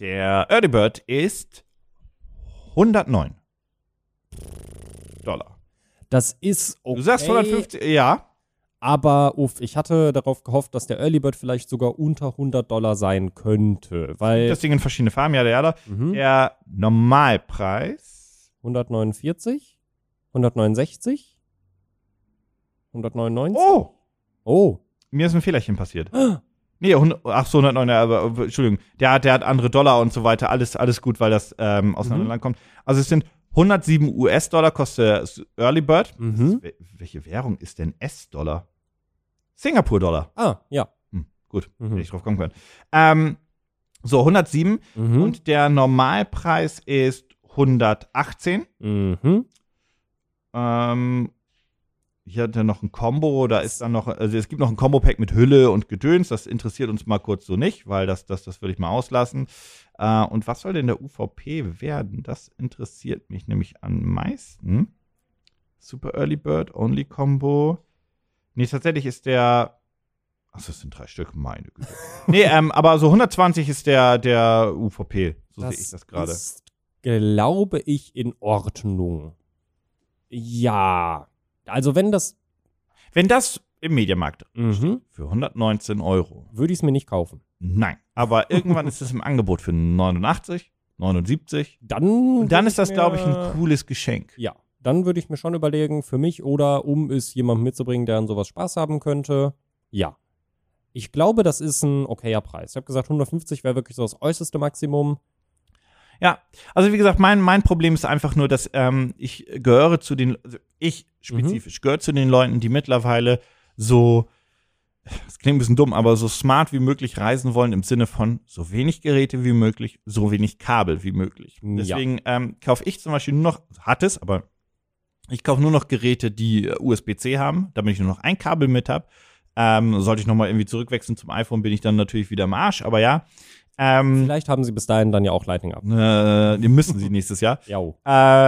B: Der Early Bird ist 109 Dollar.
C: Das ist okay.
B: Du sagst 150, ja.
C: Aber uff, ich hatte darauf gehofft, dass der Early Bird vielleicht sogar unter 100 Dollar sein könnte, weil
B: Das Ding in verschiedene Farben, ja, ja, ja.
C: mhm,
B: Der Normalpreis
C: 149, 169, 199.
B: Oh,
C: Oh,
B: mir ist ein Fehlerchen passiert. Nee, hun- ach so, 109, ja, aber äh, Entschuldigung. Der hat, der hat andere Dollar und so weiter. Alles, alles gut, weil das ähm, aus einem anderen Land kommt. Also es sind 107 US-Dollar kostet der S- Early Bird.
C: Mhm.
B: Wel- Welche Währung ist denn S-Dollar? Singapur-Dollar.
C: ah, ja.
B: Hm, gut,
C: Mhm.
B: hätte ich drauf kommen können. Ähm, so, 107.
C: Mhm.
B: Und der Normalpreis ist 118.
C: mhm.
B: Ähm, hier hat er noch ein Combo, da ist dann noch, also es gibt noch ein Combo-Pack mit Hülle und Gedöns, das interessiert uns mal kurz so nicht, weil das, das, das würde ich mal auslassen. Äh, und was soll denn der UVP werden? Das interessiert mich nämlich am meisten. Super Early Bird, Only Combo. Nee, tatsächlich ist der. Achso, das sind drei Stück, meine Güte. nee, ähm, aber so 120 ist der, der UVP. So sehe ich das gerade.
C: ist, glaube ich, in Ordnung. Ja. Also wenn das,
B: Wenn das im Mediamarkt
C: mhm.
B: für 119 Euro
C: würde ich es mir nicht kaufen.
B: Nein. Aber irgendwann ist es im Angebot für 89, 79.
C: Dann,
B: Und dann ist
C: würd
B: das, glaube ich,
C: mir-
B: ein cooles Geschenk.
C: Ja, dann würde ich mir schon überlegen, für mich oder um es jemandem mitzubringen, der an sowas Spaß haben könnte. Ja. Ich glaube, das ist ein okayer Preis. Ich habe gesagt, 150 wäre wirklich so das äußerste Maximum.
B: Ja. Also, wie gesagt, mein, mein Problem ist einfach nur, dass ähm, ich gehöre zu den, also ich spezifisch gehöre zu den Leuten, die mittlerweile so, das klingt ein bisschen dumm, aber so smart wie möglich reisen wollen im Sinne von so wenig Geräte wie möglich, so wenig Kabel wie möglich.
C: Ja.
B: Deswegen ähm, kaufe ich zum Beispiel nur noch, hat es, aber ich kaufe nur noch Geräte, die äh, USB-C haben, damit ich nur noch ein Kabel mit habe. Ähm, sollte ich nochmal irgendwie zurückwechseln zum iPhone, bin ich dann natürlich wieder im Arsch, aber ja. Ähm,
C: Vielleicht haben sie bis dahin dann ja auch Lightning ab.
B: äh, die müssen sie nächstes Jahr.
C: Ja.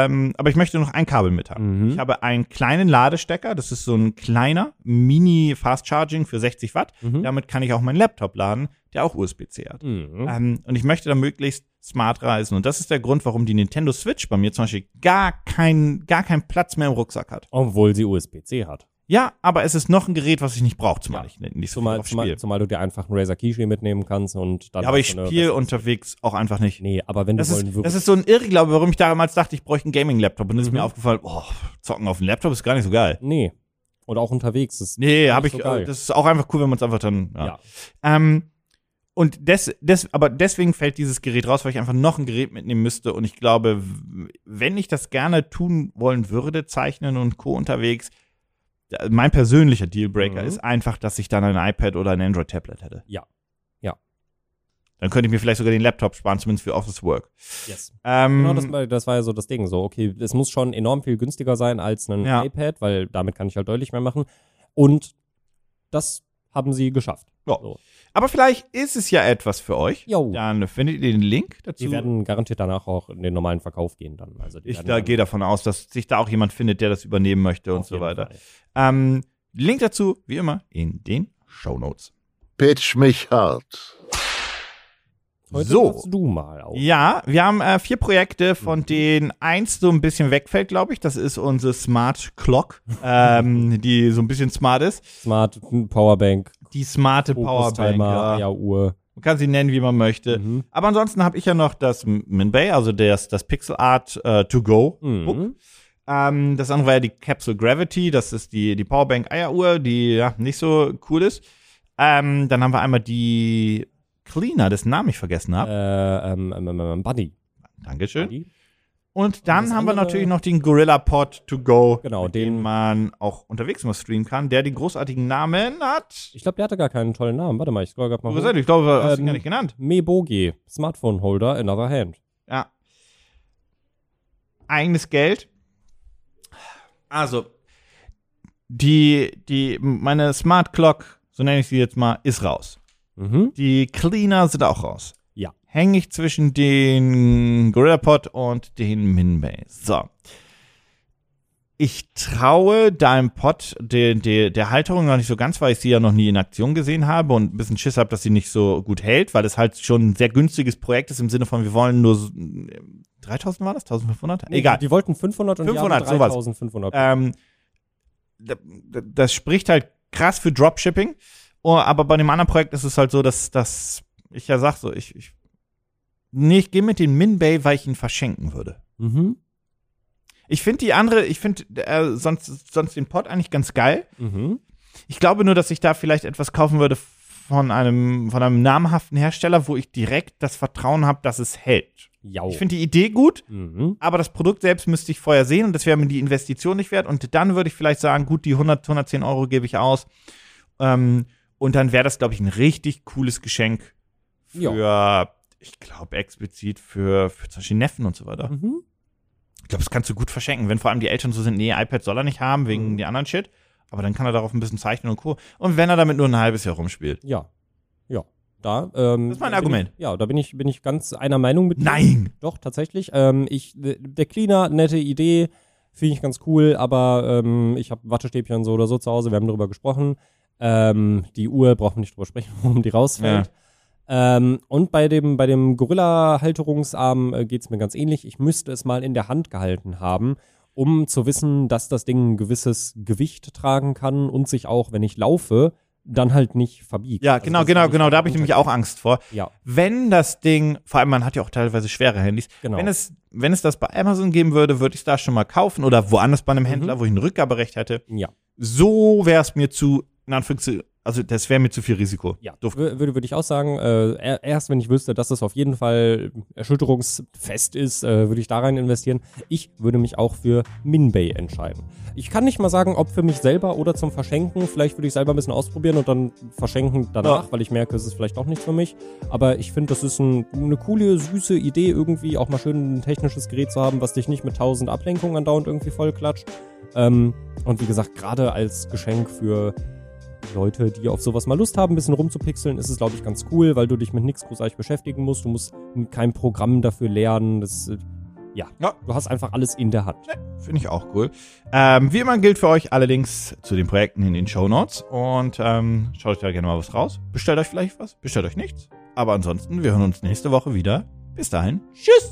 B: Ähm, aber ich möchte noch ein Kabel mit haben.
C: Mhm.
B: Ich habe einen kleinen Ladestecker, das ist so ein kleiner Mini-Fast-Charging für 60 Watt.
C: Mhm.
B: Damit kann ich auch meinen Laptop laden, der auch USB-C hat.
C: Mhm.
B: Ähm, und ich möchte da möglichst smart reisen. Und das ist der Grund, warum die Nintendo Switch bei mir zum Beispiel gar keinen gar keinen Platz mehr im Rucksack hat.
C: Obwohl sie USB-C hat.
B: Ja, aber es ist noch ein Gerät, was ich nicht brauche, zumal ich nicht so
C: Zumal,
B: viel
C: zumal,
B: spiele.
C: zumal du dir einfach einen Razer Kishi mitnehmen kannst und dann.
B: Ja, aber ich
C: hast du eine-
B: spiele unterwegs auch einfach nicht.
C: Nee, aber wenn
B: Das
C: du wollen
B: ist, das
C: würdest.
B: ist so ein Irrglaube, warum ich damals dachte, ich bräuchte einen Gaming-Laptop. Und dann ist
C: Mhm.
B: mir aufgefallen, oh, zocken auf dem Laptop ist gar nicht so geil.
C: Nee. Und auch unterwegs ist.
B: Nee, habe ich.
C: so geil.
B: äh, das ist auch einfach cool, wenn man es einfach dann. Ja.
C: Ja.
B: Ähm, und des, des, aber deswegen fällt dieses Gerät raus, weil ich einfach noch ein Gerät mitnehmen müsste. Und ich glaube, w- wenn ich das gerne tun wollen würde, zeichnen und Co. unterwegs, da- mein persönlicher Dealbreaker
C: Mhm.
B: ist einfach, dass ich dann ein iPad oder ein Android-Tablet hätte.
C: Ja. Ja.
B: Dann könnte ich mir vielleicht sogar den Laptop sparen, zumindest für Office Work.
C: Yes.
B: Ähm,
C: Genau, das, war- das war ja so das Ding. So, okay, es muss schon enorm viel günstiger sein als ein
B: Ja.
C: iPad, weil damit kann ich halt deutlich mehr machen. Und das haben sie geschafft.
B: Ja.
C: So.
B: aber vielleicht ist es ja etwas für euch.
C: Jo.
B: Dann findet ihr den Link dazu.
C: Die werden garantiert danach auch in den normalen Verkauf gehen dann. Also die
B: Ich
C: werden
B: da
C: dann
B: gehe davon aus, dass sich da auch jemand findet, der das übernehmen möchte und
C: auf
B: so
C: jeden
B: weiter.
C: Fall.
B: Ähm, Link dazu, wie immer, in den Show Notes.
A: Pitch mich hart.
C: Heute
B: So.
C: machst du mal auf.
B: Ja, wir haben äh, vier Projekte, von denen eins so ein bisschen wegfällt, glaube ich. Das ist unsere Smart Clock, ähm, die so ein bisschen smart ist.
C: Smart Powerbank,
B: Die smarte
C: Powerbank,
B: Powerbank.
C: Timer, Mhm.
B: Ja. Äh, Mhm.
C: Eieruhr.
B: Man kann sie nennen, wie man möchte. Aber ansonsten habe ich ja noch das M- Minbay, also das, das Pixel Art äh, To Go. Book.
C: Mhm.
B: Ähm, das andere war ja die Capsule Gravity. Das ist die, die Powerbank Eieruhr, die ja, nicht so cool ist. Ähm, dann haben wir einmal die Cleaner, dessen Namen ich vergessen habe.
C: Äh, ähm, ähm, ähm, ähm, Buddy.
B: Dankeschön.
C: Buddy?
B: Und dann
C: das
B: haben wir
C: andere-
B: natürlich noch den Gorilla Pod to go,
C: Genau,
B: mit dem
C: den-
B: man auch unterwegs mal streamen kann, der den großartigen Namen hat.
C: Ich glaube, der hatte gar keinen tollen Namen. Warte mal, ich scroll grad mal
B: Du
C: hoch.
B: gesagt, ich glaube, du hast ihn
C: Ähm,
B: gar nicht genannt.
C: Meboge, Smartphone Holder in other hand.
B: Ja. Eigenes Geld. Also, die, die, meine Smart Clock, so nenne ich sie jetzt mal, ist raus.
C: Mhm.
B: Die Cleaner sind auch raus.
C: Ja.
B: Hänge ich zwischen den GorillaPod und den Minbay. So. Ich traue deinem Pod der, der, der Halterung noch nicht so ganz, weil ich sie ja noch nie in Aktion gesehen habe und ein bisschen Schiss habe, dass sie nicht so gut hält, weil es halt schon ein sehr günstiges Projekt ist im Sinne von, wir wollen nur so- 3000 war das? 1500?
C: Nee,
B: Egal.
C: Die, die wollten 500 und
B: 500,
C: die haben
B: sowas.
C: 3500.
B: Ähm, da- da- das spricht halt krass für Dropshipping. Oh, aber bei dem anderen Projekt ist es halt so, dass, dass ich ja sag so, ich, ich, nee, ich gehe mit den Minbay, weil ich ihn verschenken würde.
C: Mhm.
B: Ich finde die andere, ich finde äh, sonst, sonst den Pod eigentlich ganz geil.
C: Mhm.
B: Ich glaube nur, dass ich da vielleicht etwas kaufen würde von einem, von einem namhaften Hersteller, wo ich direkt das Vertrauen habe, dass es hält.
C: Jau.
B: Ich finde die Idee gut,
C: mhm.
B: aber das Produkt selbst müsste ich vorher sehen und das wäre mir die Investition nicht wert. Und dann würde ich vielleicht sagen, gut, die 100, 110 Euro gebe ich aus. Ähm, und dann wäre das, glaube ich, ein richtig cooles Geschenk
C: Ja.
B: für, ich glaube, explizit für, für zum Beispiel Neffen und so weiter.
C: Mhm.
B: Ich glaube, das kannst du gut verschenken, wenn vor allem die Eltern so sind, nee, iPad soll er nicht haben, wegen
C: Mhm.
B: der anderen Shit. Aber dann kann er darauf ein bisschen zeichnen und Co. Und wenn er damit nur ein halbes Jahr rumspielt.
C: Ja. Ja. Da, ähm,
B: Das ist mein
C: da bin
B: Argument.
C: Ich, ja, da bin ich, bin ich ganz einer Meinung mit dir.
B: Nein!
C: Doch, tatsächlich. Ähm, ich, d- der Cleaner, nette Idee, finde ich ganz cool, aber ähm, ich habe Wattestäbchen so oder so zu Hause, wir haben darüber gesprochen. Ähm, die Uhr brauchen wir nicht drüber sprechen, warum die rausfällt. Ähm, und bei dem, bei dem Gorilla-Halterungsarm äh, geht es mir ganz ähnlich. Ich müsste es mal in der Hand gehalten haben, um zu wissen, dass das Ding ein gewisses Gewicht tragen kann und sich auch, wenn ich laufe, dann halt nicht verbiegt.
B: Ja,
C: Also
B: genau,
C: das
B: genau,
C: finde
B: genau. Da habe ich
C: den
B: nämlich auch Angst vor.
C: Unterschied. Ja,
B: Wenn das Ding, vor allem man hat ja auch teilweise schwere Handys,
C: genau.
B: Wenn es, wenn es das bei Amazon geben würde, würde ich es da schon mal kaufen oder woanders bei einem Händler, wo ich ein Rückgaberecht hätte.
C: ja.
B: So wäre es mir zu, in Anführungszeichen, also das wäre mir zu viel Risiko.
C: Ja,
B: Doof.
C: wür- würde, würde ich auch sagen, äh, er- erst wenn ich wüsste, dass es auf jeden Fall erschütterungsfest ist, äh, würde ich da rein investieren. Ich würde mich auch für Minbay entscheiden. Ich kann nicht mal sagen, ob für mich selber oder zum Verschenken. Vielleicht würde ich selber ein bisschen ausprobieren und dann verschenken danach,
B: Ja.
C: weil ich merke, es ist vielleicht doch nichts für mich. Aber ich finde, das ist ein, eine coole, süße Idee, irgendwie auch mal schön ein technisches Gerät zu haben, was dich nicht mit tausend Ablenkungen andauernd irgendwie vollklatscht. Ähm, und wie gesagt, gerade als Geschenk für Leute, die auf sowas mal Lust haben, ein bisschen rumzupixeln, ist es, glaube ich, ganz cool, weil du dich mit nichts großartig beschäftigen musst. Du musst kein Programm dafür lernen. Das, äh, ja.
B: Ja.
C: du hast einfach alles in der Hand.
B: Finde ich auch cool. Ähm, wie immer gilt für euch alle Links zu den Projekten in den Show Notes und ähm, schaut euch da gerne mal was raus. Bestellt euch vielleicht was, bestellt euch nichts. Aber ansonsten, wir hören uns nächste Woche wieder. Bis dahin.
C: Tschüss.